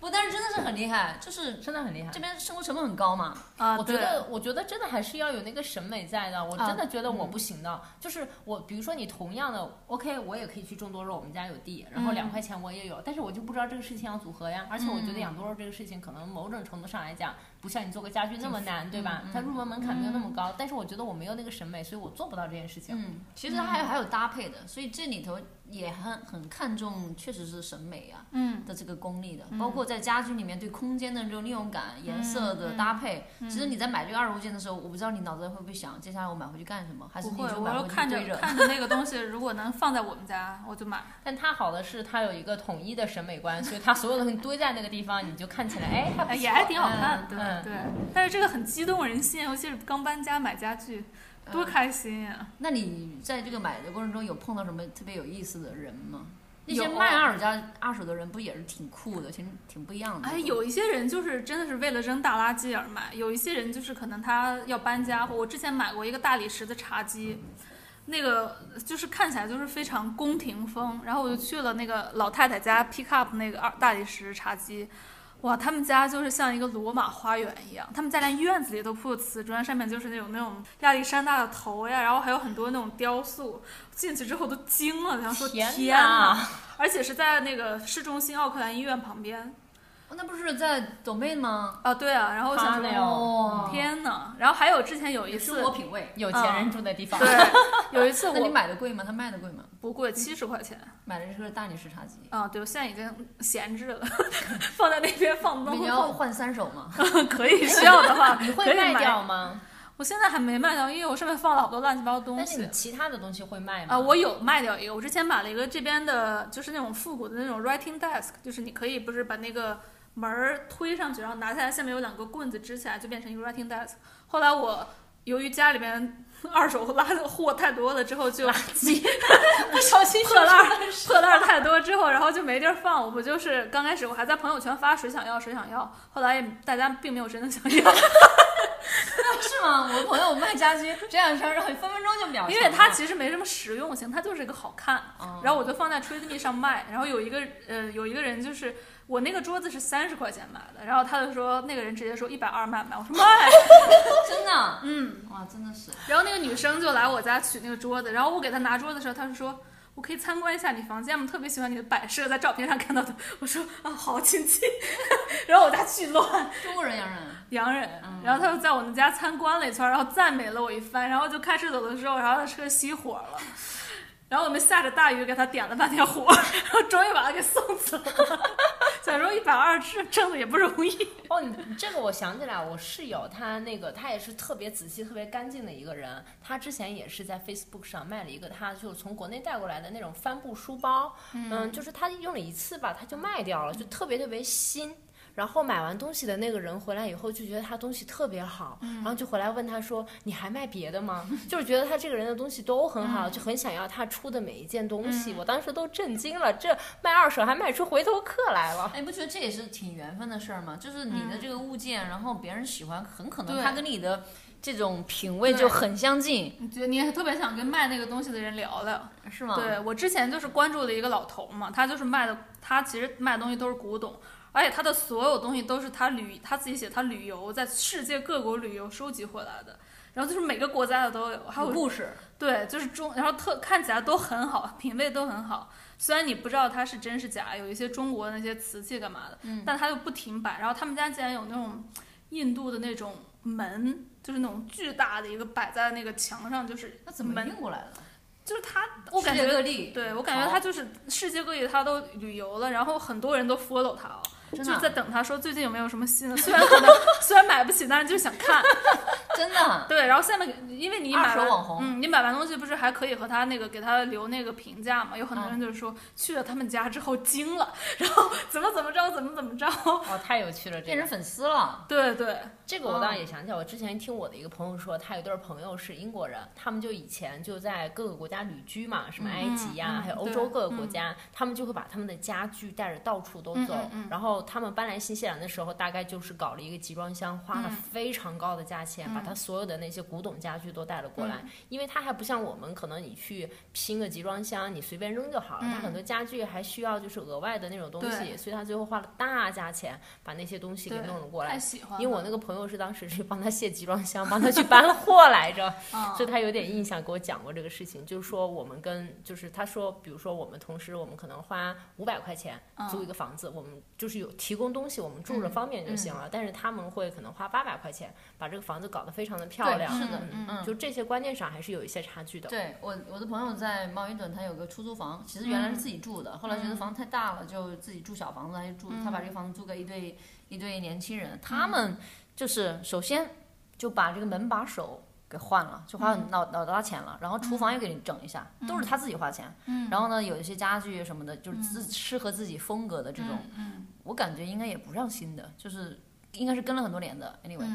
B: 不，但是真的是很厉害，就是嗯
A: 真的很厉害
B: 这。边生活成本很高嘛。
C: 啊
A: 我觉
C: 对，啊嗯
A: 得，我觉得真的还是要有那个审美在的。我真的觉得我不行的，就是我，比如说你同样的，OK，我也可以去种多肉，我们家有地，然后
C: 嗯
A: 两块钱我也有，但是我就不知道这个事情要组合呀。而且我觉得
C: 嗯
A: 养多肉这个事情，可能某种程度上来讲，不像你做个家具那么难，对吧？
B: 嗯嗯
A: 它入门门槛没有那么高，但是我觉得我没有那个审美，所以我做不到这件事情。
B: 嗯，其实它还有还有搭配的，所以这里头也很很看重，确实是审美啊
C: 嗯，
B: 的这个功力的，包括在家居里面对空间的这种利用感、颜色的搭配。其实你在买这个二十物件的时候，我不知道你脑子里会不会想，接下来我买回去干什么，还是
C: 不
B: 你
C: 会，
B: 就
C: 我
B: 买
C: 要
B: 回去
C: 看
B: 堆
C: 着
B: 着。
C: 看着那个东西，如果能放在我们家，我 就买。
A: 但它好的是，它有一个统一的审美观，所以它所有的东西堆在那个地方，你就看起来，哎，还不
C: 哎，
A: 错
C: 也还挺好看，
A: 嗯
C: 对、
A: 嗯
C: 对。但是这个很激动人心，尤其是刚搬家买家具，
B: 嗯
C: 多开心啊呀、
B: 那你在这个买的过程中有碰到什么特别有意思的人吗？那些
C: 有
B: 卖二手家二手的人不也是挺酷的，挺挺不一样的。
C: 哎，有一些人就是真的是为了扔大垃圾而买，有一些人就是可能他要搬家。我之前买过一个大理石的茶几，那个就是看起来就是非常宫廷风。然后我就去了那个老太太家 pick up 那个二大理石茶几，哇，他们家就是像一个罗马花园一样，他们家连院子里都铺的瓷砖，上面就是那种那种亚历山大的头呀，然后还有很多那种雕塑。进去之后都惊了，然后说
A: 天
C: 天啊
A: 哪！
C: 而且是在那个市中心奥克兰医院旁边。
B: 哦那不是在 domain 吗？
C: 啊，对啊，然后我想
A: 哈
C: 说，
A: 哎呦
B: 哦，
C: 天哪！然后还有之前有一
B: 生
C: 次
B: 活，品味。
A: 有钱人住的地 方。
C: 嗯对，有一次
B: 那你
C: 我
B: 买的贵吗？他卖的贵吗？
C: 不贵，七十块钱。
B: 买的是个大理石茶几，
C: 啊，对，我现在已经闲置了， 放在那边放
B: 你
C: 东
B: 要
C: 放，
B: 换三手吗？
C: 可以需要的话，
A: 哎你会
C: 可以
A: 卖
C: 买
A: 掉吗？
C: 我现在还没卖掉，因为我上面放了好多乱七八糟东
A: 但是
C: 西
A: 你。其他的东西会卖吗？
C: 啊，我有卖掉一个，我之前买了一个这边的，就是那种复古的那种 writing desk，就是你可以不是把那个门儿推上去，然后拿下来，下面有两个棍子支起来，就变成一个 writing desk。后来我由于家里面 二手拉的货太多了，之后就
A: 不小心
C: 破烂儿破烂儿太多之后，然后就没地儿放。我不就是刚开始我还在朋友圈发谁想要谁想要，后来也大家并没有真的想要，
B: 是吗？我朋友卖家居，这两天然后分分钟就秒
C: 因为它其实没什么实用性，它就是一个好看。
B: 哦
C: 然后我就放在 Trade Me 上卖，然后有一个呃有一个人就是我那个桌子是三十块钱买的，然后他就说那个人直接说一百二卖不卖，我说卖。
B: 真的，嗯，哇，真的是，
C: 然后那个女生就来我家取那个桌子，然后我给她拿桌子的时候，她就说。我可以参观一下你房间吗？特别喜欢你的摆设，在照片上看到的。我说啊，好亲戚。 然后我家巨乱，
B: 中国人洋人，
C: 洋人，然后他就在我们家参观了一圈，然后赞美了我一番，然后就开车走的时候，然后他车熄火了， 然后我们下着大雨给他点了半天火， 然后终于把他给送走了。 想说一百二挣挣的也不容易，
A: 哦，你这个我想起来，我室友他那个他也是特别仔细、特别干净的一个人。他之前也是在 Facebook 上卖了一个，他就是从国内带过来的那种嗯帆布书包，嗯就是他用了一次吧，他就卖掉了，就特别特别新。然后买完东西的那个人回来以后就觉得他东西特别好，然后就回来问他说：“你还卖别的吗？” 就是觉得他这个人的东西都很好，就很想要他出的每一件东西。我当时都震惊了，这卖二手还卖出回头客来了。
B: 哎，你不觉得这也是挺缘分的事儿吗？就是你的这个物件，然后别人喜欢，很可能
C: 嗯对
B: 他跟你的这种品味就
C: 对
B: 很相近，
C: 你觉得你也特别想跟卖那个东西的人聊聊。
B: 是吗？
C: 对我之前就是关注了一个老头嘛，他就是卖的，他其实卖的东西都是古董，而且他的所有东西都是他旅他自己写他旅游在世界各国旅游收集回来的，然后就是每个国家的都有，还有
B: 故事，
C: 对，就是中，然后特看起来都很好，品味都很好。虽然你不知道它是真是假，有一些中国那些瓷器干嘛的，
B: 嗯
C: 但它又不停摆。然后他们家竟然有那种印度的那种门，就是那种巨大的一个摆在那个墙上，就是
B: 那怎么
C: 门
B: 运过来的？
C: 就是它，我感
B: 世界各
C: 觉
B: 地，
C: 对我感觉他就是世界各地他都旅游了，然后很多人都 follow 他哦。
B: 真
C: 就是
B: 的啊
C: 在等他说最近有没有什么新的，虽然可能虽然买不起，但是就是想看。
B: 真的，
C: 对，然后下面因为你买
B: 二
C: 完
B: 手网红
C: 嗯，你买完东西不是还可以和他那个给他留那个评价嘛？有很
B: 嗯
C: 多人就是说、去了他们家之后惊了，然后怎么怎么着，怎么怎么着。
A: 哦，太有趣了，这
B: 变
A: 个
B: 成粉丝了。
C: 对对，
A: 这个我倒也
C: 嗯
A: 想起来，我之前听我的一个朋友说，他有对儿朋友是英国人，他们就以前就在各个国家旅居嘛，什么埃及呀、
C: 嗯
A: 还有欧洲各个国家，他们就会把他们的家具带着到处都
C: 嗯
A: 走。
C: 嗯嗯
A: 然后他们搬来新西兰的时候，大概就是搞了一个集装箱，花了
C: 嗯
A: 非常高的价钱，把他所有的那些古董家具都带了过来，
C: 嗯
A: 因为他还不像我们，可能你去拼个集装箱，你随便扔就好了，
C: 嗯
A: 他很多家具还需要就是额外的那种东西，
C: 对
A: 所以他最后花了大价钱把那些东西给
C: 对哎
A: 弄了过来
C: 太。喜欢了。
A: 因为
B: 嗯
A: 我那个朋友是当时是帮他卸集装箱，帮他去搬货来着，
C: 嗯
A: 所以他有点印象，给我讲过这个事情，就是说我们跟就是他说，比如说我们同时我们可能花五百块钱
B: 嗯
A: 租一个房子，我们就是有提供东西，我们住着方便就
B: 嗯
A: 行了，但是他们会可能花八百块钱把这个房子搞得非常的漂亮，
B: 对是的
A: 嗯，
B: 嗯
A: 就这些观念上还是有一些差距的。
B: 对我，我的朋友在茂云顿，他有个出租房，其实原来是自己住的，后来觉得房太大了，就自己住小房子，他就住，他把这个房子租给一对一对年轻人，他们就是首先就把这个门把手。给换了，就花老老大钱了，然后厨房也给你整一下，都是他自己花钱。然后呢，有一些家具什么的，就是自适合自己风格的这种，我感觉应该也不让新的，就是应该是跟了很多年的。Anyway，、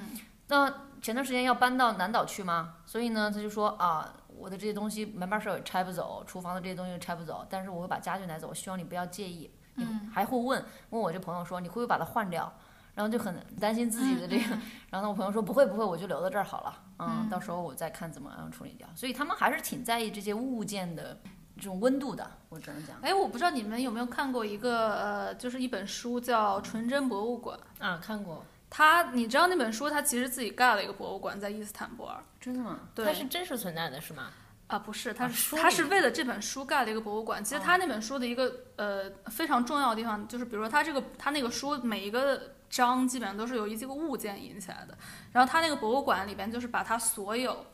B: 那前段时间要搬到南岛去嘛，所以呢，他就说啊，我的这些东西门把手也拆不走，厨房的这些东西也拆不走，但是我会把家具拿走，我希望你不要介意。你还会问问我这朋友说你会不会把它换掉，然后就很担心自己的这个， 然后呢我朋友说不会不会，我就留到这儿好了，嗯，到时候我再看怎么样处理掉。所以他们还是挺在意这些物件的这种温度的，我只能讲。
C: 哎，我不知道你们有没有看过一个呃，就是一本书叫《纯真博物馆》。
A: 啊，看过，
C: 他，你知道那本书，他其实自己盖了一个博物馆在伊斯坦布尔。
B: 真的吗？
C: 对，
A: 它是真实存在的是吗？
C: 啊，不是，他
B: 啊
C: 是、
B: 书
C: 他
B: 里
C: 是为了这本书盖了一个博物馆。其实他那本书的一个、呃非常重要的地方，就是比如说他这个他那个书每一个章基本上都是由一些个物件引起来的。然后他那个博物馆里边就是把他所有。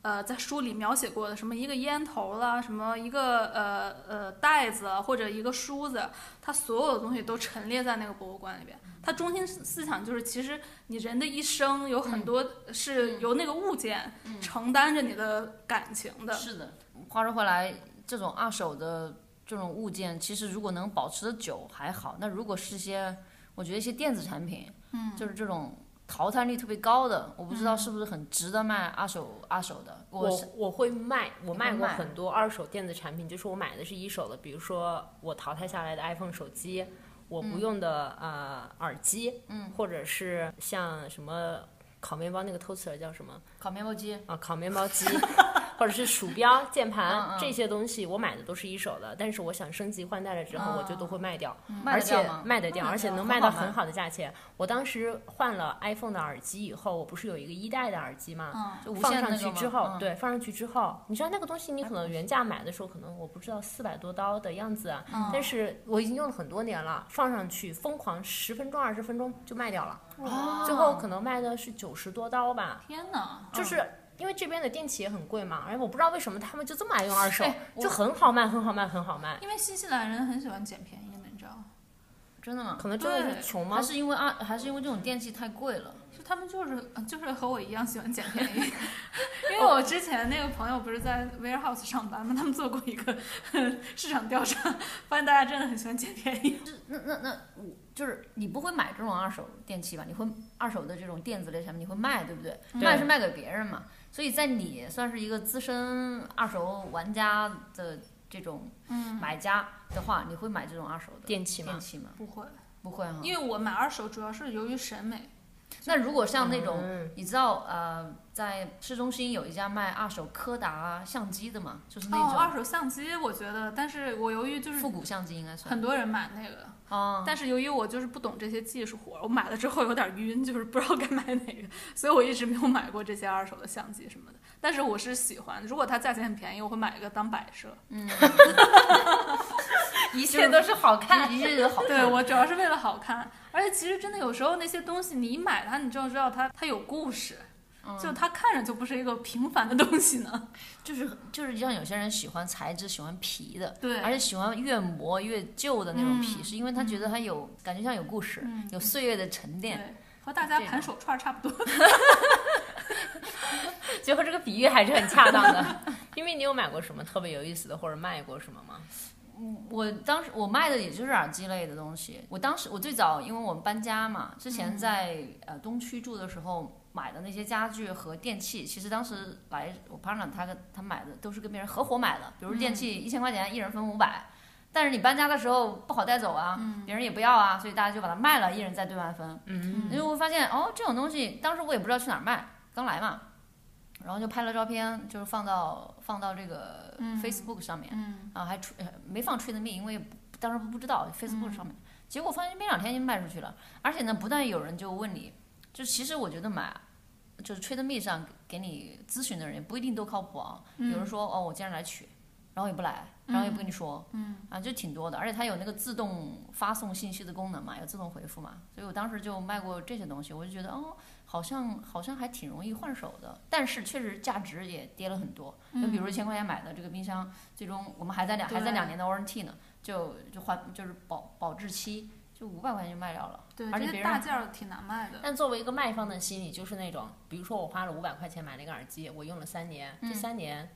C: 呃，在书里描写过的什么一个烟头啦，什么一个呃呃袋子啊或者一个梳子，它所有的东西都陈列在那个博物馆里边。它中心思思想就是，其实你人的一生有很多是由那个物件承担着你的感情的。
B: 是的。话说回来，这种二手的这种物件，其实如果能保持的久还好，那如果是些，我觉得一些电子产品，嗯，就是这种淘汰率特别高的，我不知道是不是很值得卖二手二手的。
A: 嗯
B: 我
A: 我
B: 是
A: 我会卖，我卖过
B: 卖
A: 很多二手电子产品，就是我买的是一手的，比如说我淘汰下来的 iPhone 手机，我
B: 嗯
A: 不用的、呃耳机，嗯，或者是像什么烤面包那个偷词儿叫什么
B: 烤面包机，
A: 啊，烤面包 机，或者是鼠标、键盘
B: 嗯嗯
A: 这些东西，我买的都是一手的，但是我想升级换代了之后，我就都会卖掉。
B: 嗯卖
A: 嗯而
B: 得掉
A: 且
B: 吗？
A: 卖得掉，
C: 卖得
A: 而且
C: 掉
A: 能
B: 很
A: 卖
B: 好
A: 到
B: 卖
A: 很好的价钱。我当时换了 iPhone 的耳机以后，我不是有一个一代的耳机吗？
B: 就无
A: 放
B: 线
A: 上
B: 那个
A: 去
B: 吗
A: 之后，
B: 嗯
A: 对，放上去之后，你知道那个东西，你可能原价买的时候，可能我不知道四百多刀的样子啊，
B: 嗯
A: 但是我已经用了很多年了，放上去疯狂十分钟、二十分钟就卖掉了，最后可能卖的是九十多刀吧，
C: 天
B: 嗯
C: 哪！
A: 就是。因为这边的电器也很贵嘛，哎而且我不知道为什么他们就这么爱用二手
B: 哎，我
A: 就很好卖，很好卖，很好卖。
C: 因为新西兰人很喜欢捡便宜的，你知道吗？
B: 真的吗？
A: 可能真的
C: 对
A: 是穷吗
B: 还？是因为二，还是因为这种电器太贵了？
C: 呃就他们就是就是和我一样喜欢捡便宜，因为 为我之前那个朋友不是在 warehouse 上班吗？他们做过一个呵市场调查，发现大家真的很喜欢捡便宜。
B: 那那那我就是你不会买这种二手电器吧？你会二手的这种电子类产品，你会卖，对不对？
D: 对
B: 卖是卖给别人嘛，所以在你算是一个资深二手玩家的这种
C: 嗯，
B: 买家的话，你会买这种二手的
A: 电器嘛
B: 电，器吗？
C: 不会，
B: 不会哈。
C: 因为我买二手主要是由于审美。
B: 那如果像那种
A: 嗯
B: 你知道呃，在市中心有一家卖二手柯达相机的嘛，就是
C: 哦，
B: 那
C: 二手相机我觉得，但是我由于就
B: 种
C: 是
B: 复古相机应该算
C: 很多人买那个，
B: 啊。
C: 但是由于我就是不懂这些技术活，我买了之后有点晕，就是不知道该买哪个，所以我一直没有买过这些二手的相机什么的。但是我是喜欢，如果它价钱很便宜，我会买一个当摆设。
A: 嗯
B: 一
D: 一切都是好 看。
B: 一切都好看。
C: 对我主要是为了好看，而且其实真的有时候那些东西你一买它，你就知道它它有故事，
B: 嗯
C: 就它看着就不是一个平凡的东西 呢。
B: 就是就是像有些人喜欢材质，喜欢皮的，
C: 对
B: 而且喜欢越磨越旧的那种皮，
C: 嗯
B: 是因为他觉得它有、感觉像有故事，
C: 嗯
B: 有岁月的沉淀。
C: 对，和大家
B: 这
C: 盘手串儿差 不多。
A: 结果这个比喻还是很恰当的。 因为你有买过什么特别有意思的，或者卖过什么吗？
B: 我当时我卖的也就是耳机类的东西。我当时我最早因为我们搬家嘛，之前在、呃东区住的时候买的那些家具和电器，其实当时来我 partner 他跟他买的都是跟别人合伙买的，比如电器一千块钱，一人分五百。但是你搬家的时候不好带走啊，别人也不要啊，所以大家就把它卖了，一人在对半分。
A: 嗯，
B: 因为我发现哦，这种东西当时我也不知道去哪儿卖，刚来嘛，然后就拍了照片，就是放到放到这个
C: 嗯
B: Facebook 上面，
C: 嗯
B: 啊，还吹呃没放吹的命，因为不当时不知道 Facebook 上面，结果发现没两天就卖出去了，而且呢，不但有人就问你，就其实我觉得买。就是吹的蜜上给你咨询的人也不一定都靠谱啊，有
C: 嗯
B: 人说哦我今天来取，然后也不来，然后也不跟你说，
C: 嗯
B: 啊就挺多的，而且它有那个自动发送信息的功能嘛，有自动回复嘛，所以我当时就卖过这些东西，我就觉得哦好像好像还挺容易换手的，但是确实价值也跌了很多，就比如一千块钱买的这个冰箱，最终我们还在两还在
C: 嗯对
B: 两年的 warranty 呢，就就换就是保保质期，就五百块钱就卖掉了。
C: 对，
B: 而且
C: 这
B: 别
C: 些
B: 人嗯
C: 大件儿挺难卖的。
A: 但作为一个卖方的心理，就是那种，比如说我花了五百块钱买了一个耳机，我用了三年，这三年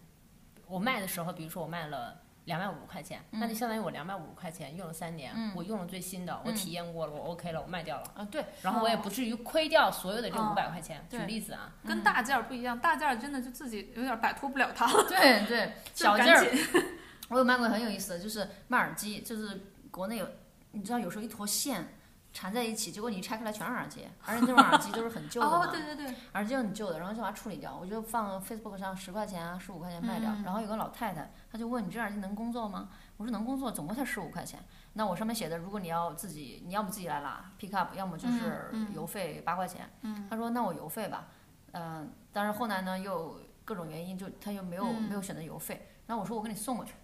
A: 我卖的时候，比如说我卖了。两百五十块钱，那就相当于我两百五十块钱用了三年，我用了最新的，我体验过了，我 OK 了，我卖掉了，
B: 啊，对，
A: 然后我也不至于亏掉所有的这
C: 哦
A: 五百块钱。举
B: 对
A: 例子啊，
C: 跟大件儿不一样，大件儿真的就自己有点摆脱不了它了。
B: 对对，
C: 就
B: 小
C: 赶
B: 件儿
C: 紧
B: 我有卖过很有意思的，就是卖耳机，就是国内有，你知道有时候一坨线缠在一起，结果你一拆开来全是耳机，而且那种耳机都是很旧的嘛，
C: 哦，对对对，
B: 耳机很旧的，然后就把它处理掉，我就放 Facebook 上十块钱啊、十五块钱卖
C: 嗯
B: 掉。然后有个老太太，她就问你这耳机能工作吗？我说能工作，总共才十五块钱。那我上面写的，如果你要自己，你要么自己来拉 pick up，要么就是邮费八块钱。她说那我邮费吧，嗯、但是后来呢又各种原因就她又没有、没有选择邮费。那我说我给你送过去，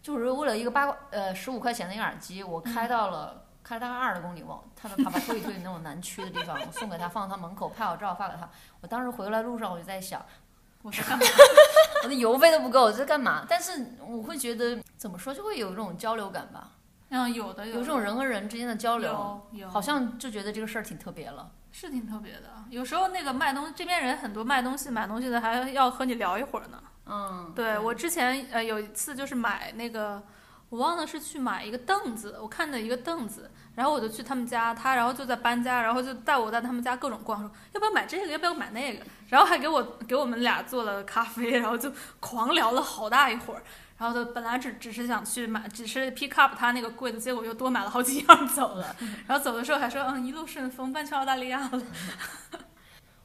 B: 就是为了一个八块呃十五块钱的一个耳机，我开到了。开了大概二十公里往他的爸爸推一推那种南区的地方，我送给他，放到他门口，拍好照发给他。我当时回来路上我就在想，
C: 我是干嘛？
B: 我的邮费都不够，我在干嘛？但是我会觉得怎么说，就会有一种交流感吧，
C: 嗯，有的
B: 有这
C: 的
B: 种人和人之间的交流，
C: 有有
B: 好像就觉得这个事儿挺特别了。
C: 是挺特别的。有时候那个卖东这边人很多卖东西买东西的还要和你聊一会儿呢。
B: 嗯，
C: 对我之前呃有一次就是买那个。我忘了是去买一个凳子，我看的一个凳子，然后我就去他们家，他然后就在搬家，然后就带我在他们家各种逛，说要不要买这个，要不要买那个，然后还给我给我们俩做了咖啡，然后就狂聊了好大一会儿，然后就本来只只是想去买，只是 pick up 他那个柜子，结果又多买了好几样走了，然后走的时候还说嗯一路顺风，搬去澳大利亚了，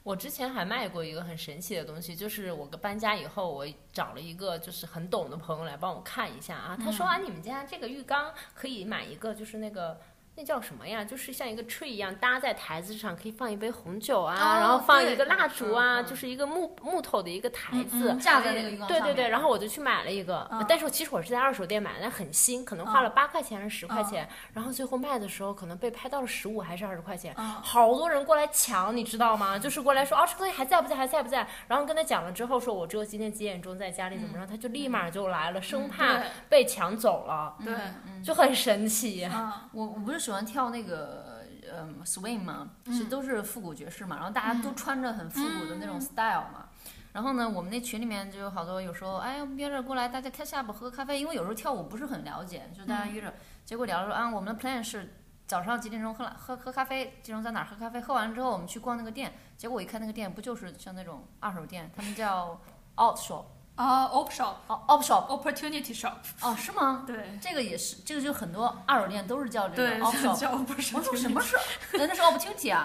A: 我之前还卖过一个很神奇的东西，就是我搬家以后，我找了一个就是很懂的朋友来帮我看一下啊。他
B: 嗯
A: 说啊，你们家这个浴缸可以买一个，就是那个。那叫什么呀？就是像一个 tree 一样搭在台子上，可以放一杯红酒啊，
C: 哦
A: 然后放
C: 对
A: 一个蜡烛啊，
B: 嗯嗯
A: 就是一个木木头的一个台子。
B: 架在那个浴缸上
A: 对
B: 面
A: 对对，，然后我就去买了一个，
C: 嗯
A: 但是我其实我是在二手店买的，很新，可
B: 嗯
A: 能花了八块钱还是十块钱，然后最后卖的时候可能被拍到了十五还是二十块钱，
C: 嗯
A: 好多人过来抢，你知道吗？就是过来说哦，这个东西还在不在？还在不在？然后跟他讲了之后，说我只有今天几点钟在家里怎么着，他就立马就来了，生怕
C: 嗯对
A: 被抢走了，
B: 嗯
C: 对，
A: 就很神奇。
C: 嗯
B: 我我不是喜欢跳那个嗯 swing 嘛，其实都是复古爵士嘛，然后大家都穿着很复古的那种 style 嘛。然后呢，我们那群里面就有好多，有时候哎，我们约着过来，大家开下吧，喝个咖啡。因为有时候跳舞不是很了解，就大家约着，结果聊着说啊，我们的 plan 是早上几点钟喝了喝喝咖啡，几点钟在哪儿喝咖啡，喝完之后我们去逛那个店。结果我一看那个店，不就是像那种二手店，他们叫 out shop，
C: 啊、o p shop、
B: 哦 op shop，
C: opportunity shop，
B: 哦是吗？
C: 对
B: 这个也是，这个就很多二手店都是叫这
C: 对，
B: 个 op shop。
C: 叫 opportunity。
B: 我说什么是？那那是 opportunity 啊？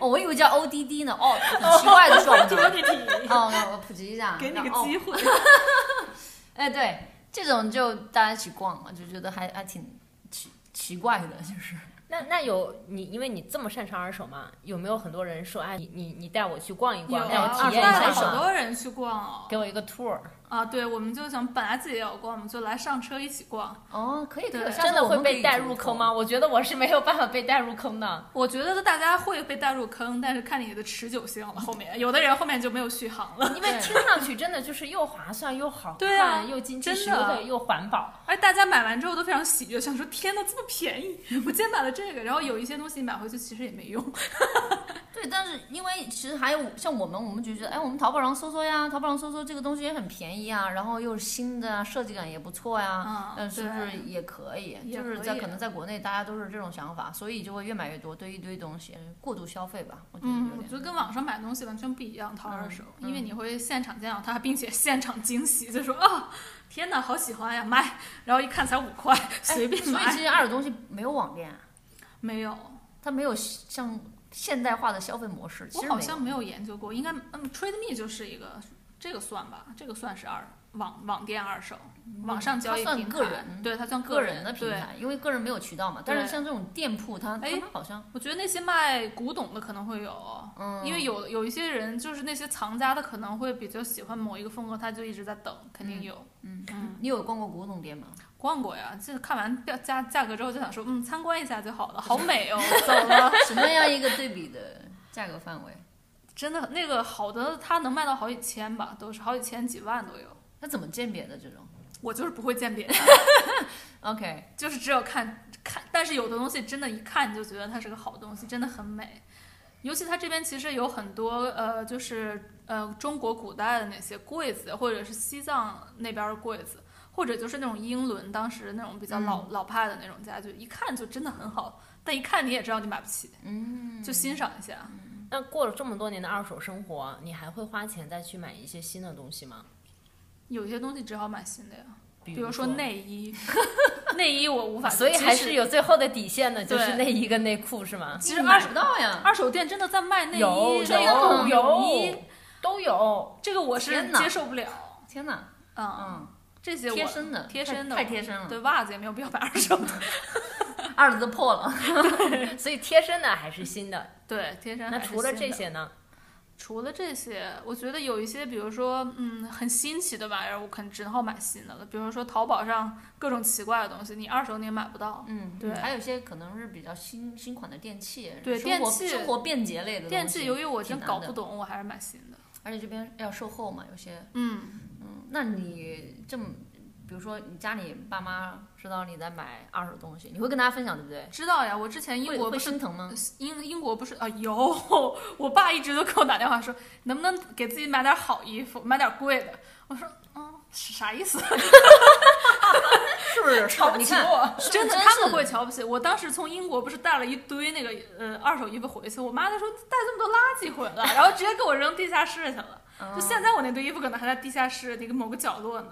B: 哦，我以为叫 ODD 呢。哦，很奇怪的 shop 呢。哦，那我普及一下，
C: 给你个
B: 让
C: 机会，
B: 哎，对，这种就大家一起逛嘛，就觉得还还挺奇奇怪的，就是
E: 那那有你，因为你这么擅长二手嘛，有没有很多人说，哎，你你你带我去逛一逛，
C: 有
E: 让
C: 啊，
E: 哦我体验一
C: 带
E: 下
C: 了好
E: 嘛，
C: 多人去逛哦。
E: 给我一个 tour，
C: 啊，对，我们就想本来自己也有逛，我们就来上车一起逛。
B: 哦，可以可以，
C: 对
B: 下次
E: 真的
B: 我
E: 会
B: 们可
E: 被
B: 以
E: 带
B: 组
E: 入
B: 团
E: 坑？吗？我觉得我是没有办法被带入 坑的。
C: 我觉得大家会被带入坑，但是看你的持久性了。后面有的人后面就没有续航了。
E: 因为听上去真的就是又划算又好看，
C: 啊对啊
E: 又经济
C: 真的
E: 实惠又环保。
C: 而哎大家买完之后都非常喜悦，想说天呐，这么便宜！我今天买了这个，然后有一些东西买回去其实也没用。
B: 对，但是因为其实还有像我们，我们就觉得，哎，我们淘宝上搜搜呀，淘宝上搜搜这个东西也很便宜啊，然后又是新的啊，设计感也不错呀，
C: 嗯
B: 嗯，是不
C: 对
B: 是也可以？
C: 也
B: 就
C: 可
B: 是在
C: 以
B: 可能在国内大家都是这种想法，所以就会越买越多，对一堆东西过度消费吧，我觉得
C: 嗯，
B: 有
C: 我觉
B: 点。
C: 得跟网上买东西完全不一样，淘二手，
B: 嗯
C: 因为你会现场见到它，并且现场惊喜，就说啊，天呐，好喜欢呀，买！然后一看才五块， 随便
B: 哎所以
C: 买。
B: 其实二手东西没有网店啊，
C: 没有，
B: 它没有像现代化的消费模式，其
C: 我
B: 实
C: 好
B: 没有
C: 像没有研究过，应该嗯，Trade Me 就是一个，这个算吧，这个算是二网网店二手，网上交
B: 嗯
C: 易
B: 它
C: 平
B: 算
C: 台，
B: 个人
C: 对，它算
B: 个
C: 人
B: 人的平
C: 对
B: 台，因为个人没有渠道嘛。但
C: 对
B: 是像这种店铺，它他
C: 哎
B: 们好像
C: 我觉得那些卖古董的可能会有，
B: 嗯，
C: 因为有有一些人就是那些藏家，他可能会比较喜欢某一个风格，他就一直在等，肯定有。
B: 嗯
C: 嗯，
B: 你有逛过古董店吗？
C: 逛过呀，这看完价价价格之后就想说，嗯，参观一下就好了，好美哦，走了。
B: 什么样一个对比的价格范围？
C: 真的，那个好的，它能卖到好几千吧，都是好几千、几万都有。
B: 它怎么鉴别的这种
C: 我就是不会鉴别，
B: ？OK，
C: 就是只有看看，但是有的东西真的，一看你就觉得它是个好东西，真的很美。尤其它这边其实有很多呃，就是呃中国古代的那些柜子，或者是西藏那边儿的柜子，或者就是那种英伦当时那种比较老、老派的那种家具，一看就真的很好，但一看你也知道你买不起，
B: 嗯，
C: 就欣赏一下。
E: 那过了这么多年的二手生活，你还会花钱再去买一些新的东西吗？
C: 有些东西只好买新的呀，
E: 比啊
C: 比如说，内衣， 内衣我无法，
E: 所以还是
C: 即使。
E: 有最后的底线的，就是
C: 对
E: 内衣跟内裤是吗？
C: 其
B: 其实
C: 实二
B: 买
C: 手
B: 不到呀。
C: 二手店真的在卖内衣、
E: 有
C: 内
E: 有
C: 裤、泳衣
E: 有，都有，
C: 这个我是
B: 天哪
C: 接受不了。
B: 天哪，
C: 嗯，
B: 嗯，
C: 这些我
B: 贴身的，
C: 贴身的
B: 太太贴身
E: 嗯
B: 了，
C: 对袜子也没有必要买二手 的。
B: 二十都破了。
E: 所以贴身的还是新的。
C: 对，贴身。
E: 那除了这，些呢？
C: 除了这些，我觉得有一些，比如说，嗯，很新奇的玩意儿，我可能只好买新的了。比如说淘宝上各种奇怪的东西，你二手你也买不到。
B: 嗯，
C: 对
B: 还有一些可能是比较新新款的电器，
C: 对
B: 生
C: 电
B: 活
C: 器
B: 生活便捷类的
C: 电
B: 东
C: 器，
B: 西
C: 由于我
B: 挺
C: 真
B: 难
C: 搞
B: 的
C: 不懂，我还是买新的。
B: 而且这边要售后嘛，有些，
C: 嗯，
B: 嗯，那你这么，比如说你家里爸妈知道你在买二手东西，你会跟大家分享对不对？
C: 知道呀，我之前英
B: 会
C: 国
B: 会
C: 不是
B: 心疼吗？
C: 英英国不是啊有， 我爸一直都给我打电话说，能不能给自己买点好衣服，买点贵的。我说，嗯，是啥意思？
B: 是 不 是？
E: 瞧不
B: 你
E: 起
B: 看，
E: 我，
B: 是
C: 真的，
B: 是
C: 他们会瞧不起我。当时从英国不是带了一堆那个呃二手衣服回去，我妈就说带这么多垃圾回 来，然后直接给我扔地下室去了。
B: 嗯
C: 就现在我那堆衣服可能还在地下室那个某个角落呢，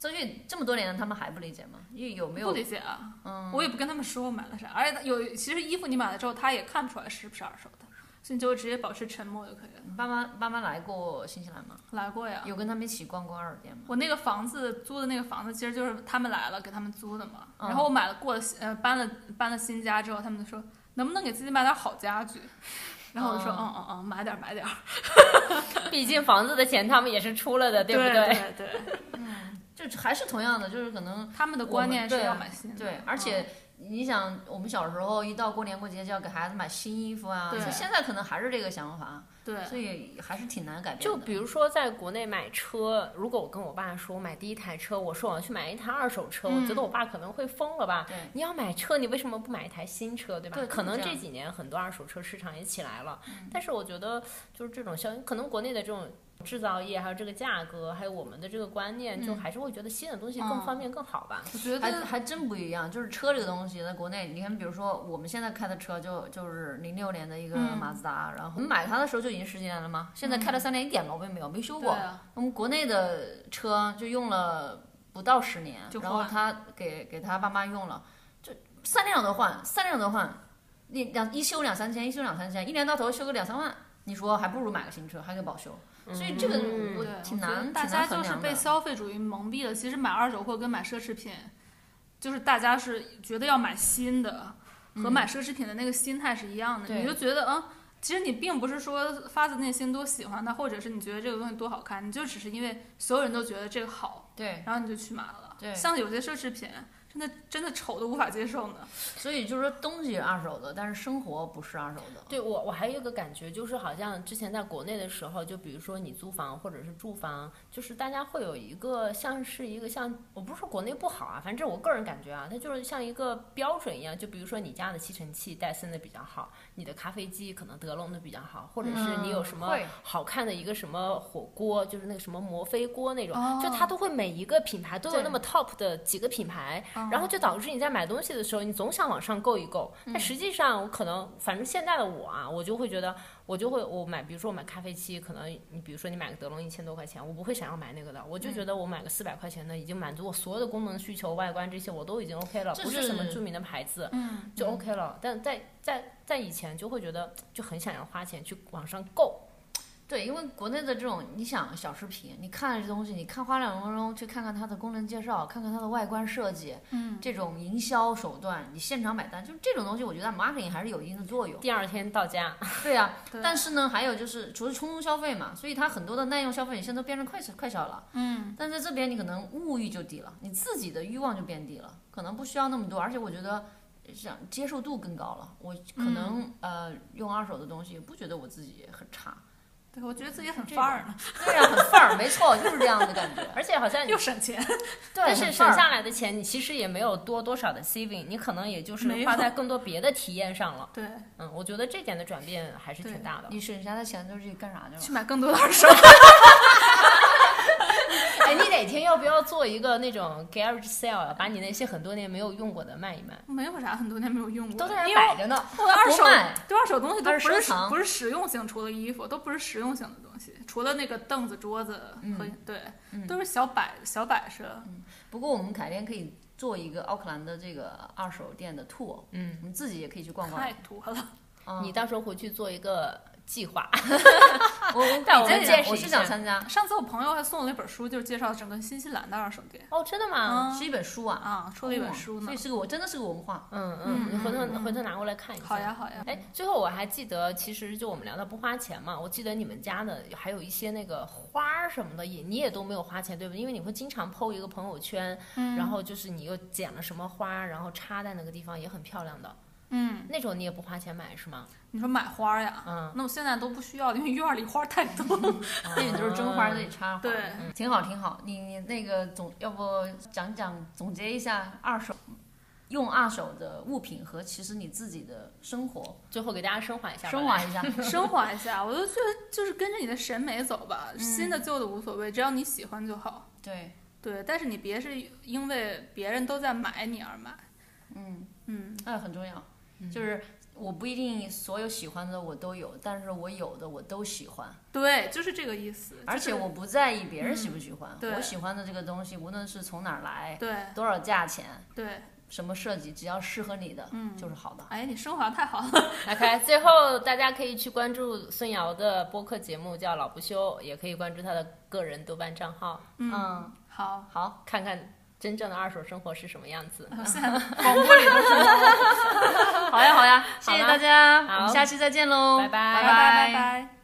B: 所以这么多年了，他们还不理解吗？因为有没
C: 不
B: 有
C: 理解啊。
B: 嗯，
C: 我也不跟他们说我买了啥，而且有其实衣服你买了之后，他也看不出来是不是二手的，所以你就直接保持沉默就可以了。
B: 你爸妈爸妈来过新西兰吗？
C: 来过呀，
B: 有跟他们一起逛过二手店吗？
C: 我那个房子租的那个房子，其实就是他们来了给他们租的嘛。
B: 嗯
C: 然后我买了过了呃搬了搬了新家之后，他们就说能不能给自己买点好家具，然后我就说
B: 嗯
C: 嗯嗯嗯，买点买点，
E: 毕竟房子的钱他们也是出了的，
C: 对
E: 不对？
C: 对对，
B: 就还是同样的，就是可能
C: 他们的观念是要买新的，嗯
B: 对，而且你想，我们小时候一到过年过节就要给孩子买新衣服啊，
C: 对
B: 就现在可能还是这个想法，
C: 对
B: 所以还是挺难改变
E: 就
B: 的。
E: 比如说，在国内买车，如果我跟我爸说我买第一台车，我说我要去买一台二手车，我觉
C: 嗯
E: 得我爸可能会疯了吧？
B: 对
E: 你要买车，你为什么不买一台新车，对吧？
B: 对
E: 可能
B: 就是这
E: 这
B: 样嗯
E: 几年很多二手车市场也起来了，但是我觉得就是这种效应，可能国内的这种
A: 制造业，还有这个价格，还有我们的这个观念，就
B: 嗯
A: 还是会觉得新的东西更方便、更好吧。
B: 我觉得还真不一样，就是车这个东西，在国内，你看，比如说我们现在开的车就就是零六年的一个
C: 嗯
B: 马自达，然后我们买它的时候就已经十几年了嘛，现在开了三年一点毛病没有，没修
C: 对
B: 过。
C: 啊，
B: 我们国内的车就用了不到十年
C: 就，
B: 然后
C: 换
B: 他给给他爸妈用了，就三辆都换，三辆都换，一两一修两三千，一修两三千，一年到头修个两三万，你说还不如买个新车，还给保修，所以这个
A: 嗯
B: 我
C: 对我
B: 挺
C: 觉得
B: 难，
C: 大
B: 挺难
C: 家
B: 衡
C: 就是
B: 量的
C: 被。消费主义蒙蔽了。其实买二手货跟买奢侈品，就是大家是觉得要买新的，和买奢侈品的那个心态是一样的。
B: 嗯对
C: 你就觉得，嗯，其实你并不是说发自内心多喜欢它，或者是你觉得这个东西多好看，你就只是因为所有人都觉得这个好，
B: 对，
C: 然后你就去买了。
B: 对
C: 像有些奢侈品。真的真的丑的无法接受呢，
B: 所以就是说东西是二手的，但是生活不是二手的。
A: 对我，我还有一个感觉，就是好像之前在国内的时候，就比如说你租房或者是住房，就是大家会有一个像是一个像，我不是说国内不好啊，反正我个人感觉啊，它就是像一个标准一样。就比如说你家的吸尘器戴森的比较好，你的咖啡机可能德龙的比较好，或者是你有什么
B: 嗯会
A: 好看的一个什么火锅，就是那个什么摩飞锅那种，
C: 哦
A: 就它都会每一个品牌都有
B: 对
A: 那么 top 的几个品牌，
C: 嗯
A: 然后就导致你在买东西的时候，你总想往上够一够，但实际上我可能，反正现在的我啊，我就会觉得，我就会我买，比如说我买咖啡机，可能你比如说你买个德龙一千多块钱，我不会想要买那个的，我就觉得我买个四百块钱的已经满足我所有的功能需求，外观这些我都已经 OK 了，
B: 这
A: 不是什么
B: 是
A: 著名的牌子，
C: 嗯，
A: 就 OK 了。但在在在以前就会觉得就很想要花钱去往上够，
B: 对，因为国内的这种，你想小视频，你看这东西，你看花两分钟去看看它的功能介绍，看看它的外观设计，
C: 嗯，
B: 这种营销手段，你现场买单，就这种东西，我觉得 marketing 还是有一定的作用。
A: 第二天到家，
B: 对呀、嗯
C: 对
B: 但是呢，还有就是，除了冲动消费嘛，所以它很多的耐用消费，你现在都变成快消快消了。
C: 嗯，
B: 但在这边，你可能物欲就低了，你自己的欲望就变低了，可能不需要那么多，而且我觉得。想接受度更高了，我可
C: 嗯
B: 能、呃用二手的东西，不觉得我自己很差，
C: 对我觉得自己很
B: 这
C: 范儿呢，
B: 对呀、很范儿，没错，就是这样的感觉。
A: 而且好像你
C: 又省钱，
B: 对，
A: 但是
B: 很
A: 省
B: 范儿
A: 下来的钱，你其实也没有多多少的 saving，你可能也就是
C: 没有
A: 花在更多别的体验上了。
C: 对，
A: 嗯，我觉得这点的转变还是
C: 对
A: 挺大的。
B: 你省下的钱都是干啥去
C: 去
B: 了？
C: 买更多的二手。
A: 哎，你哪天要不要做一个那种 garage sale，啊把你那些很多年没有用过的卖一卖？
C: 没有啥，很多年没有用过，
B: 都在那
C: 因为
B: 摆着呢。啊
C: 我的二
B: 不
C: 手
B: 卖
C: 对二手东西都
B: 二
C: 不
B: 手
C: 是
B: 收藏
C: 不是实用性，除了衣服都不是实用性的东西，除了那个凳子、桌子
B: 嗯
C: 和、对，都是小摆小摆设。
B: 不过我们改天可以做一个奥克兰的这个二手店的 tour，
A: 嗯，
B: 我们自己也可以去逛逛
C: 太。土了，
B: 嗯
A: 你到时候回去做一个计划。
B: 我我
A: 但我
B: 真
A: 们
B: 想
A: 见识
B: 我
A: 一
B: 是
A: 下
B: 想参加，
C: 上次我朋友还送了一本书，就是介绍整个新西兰的二手店
A: 哦，真的吗？
C: 嗯
B: 是一本书啊，
C: 啊，出了一本
B: 哦
C: 书呢
B: 所以。是个我真的是个文化。
A: 嗯
C: 嗯
A: 嗯，你回头
C: 嗯嗯
A: 回头拿过来看一下。
C: 好呀好呀，
A: 哎，最后我还记得，其实就我们聊到不花钱嘛，我记得你们家的还有一些那个花儿什么的，也你也都没有花钱，对不对？因为你会经常 PO 一个朋友圈，
C: 嗯
A: 然后就是你又剪了什么花，然后插在那个地方也很漂亮的，
C: 嗯，
A: 那种你也不花钱买是吗？
C: 你说买花儿呀？
A: 嗯，
C: 那我现在都不需要，因为院儿里花儿太多了。
A: 啊
B: 那你就是真花，自己插花，
C: 对，
B: 啊嗯挺好挺好。你你那个总要不讲讲总结一下二手，用二手的物品和其实你自己的生活
A: 最后给大家升华一下吧，
B: 升华一下。
C: 升华一下，我就觉得就是跟着你的审美走吧，新
B: 嗯
C: 的旧的无所谓，只要你喜欢就好。
B: 对，
C: 对，但是你别是因为别人都在买你而买。
B: 嗯。
C: 嗯，
B: 那很重要，就是我不一定所有喜欢的我都有，但是我有的我都喜欢，
C: 对，就是这个意思。
B: 而
C: 就
B: 且
C: 是
B: 我不在意别人喜不喜欢，
C: 对
B: 我喜欢的这个东西，无论是从哪儿来，
C: 对
B: 多少价钱，
C: 对，
B: 什么设计，只要适合你的，
C: 嗯
B: 就是好的。
C: 哎，你升华太好了。
A: OK，最 后大家可以去关注孙瑶的播客节目叫《老不休》，也可以关注她的个人豆瓣账号，
C: 嗯，
B: 嗯，
C: 好，
B: 好，
A: 看看真正的二手生活是什么样子。
C: 我现在广播里都是。
B: 嗯好呀，好呀，谢谢
A: 好啦
B: 大家，我
A: 好
B: 们下期再见喽，
A: 拜拜
B: 拜
C: 拜拜拜。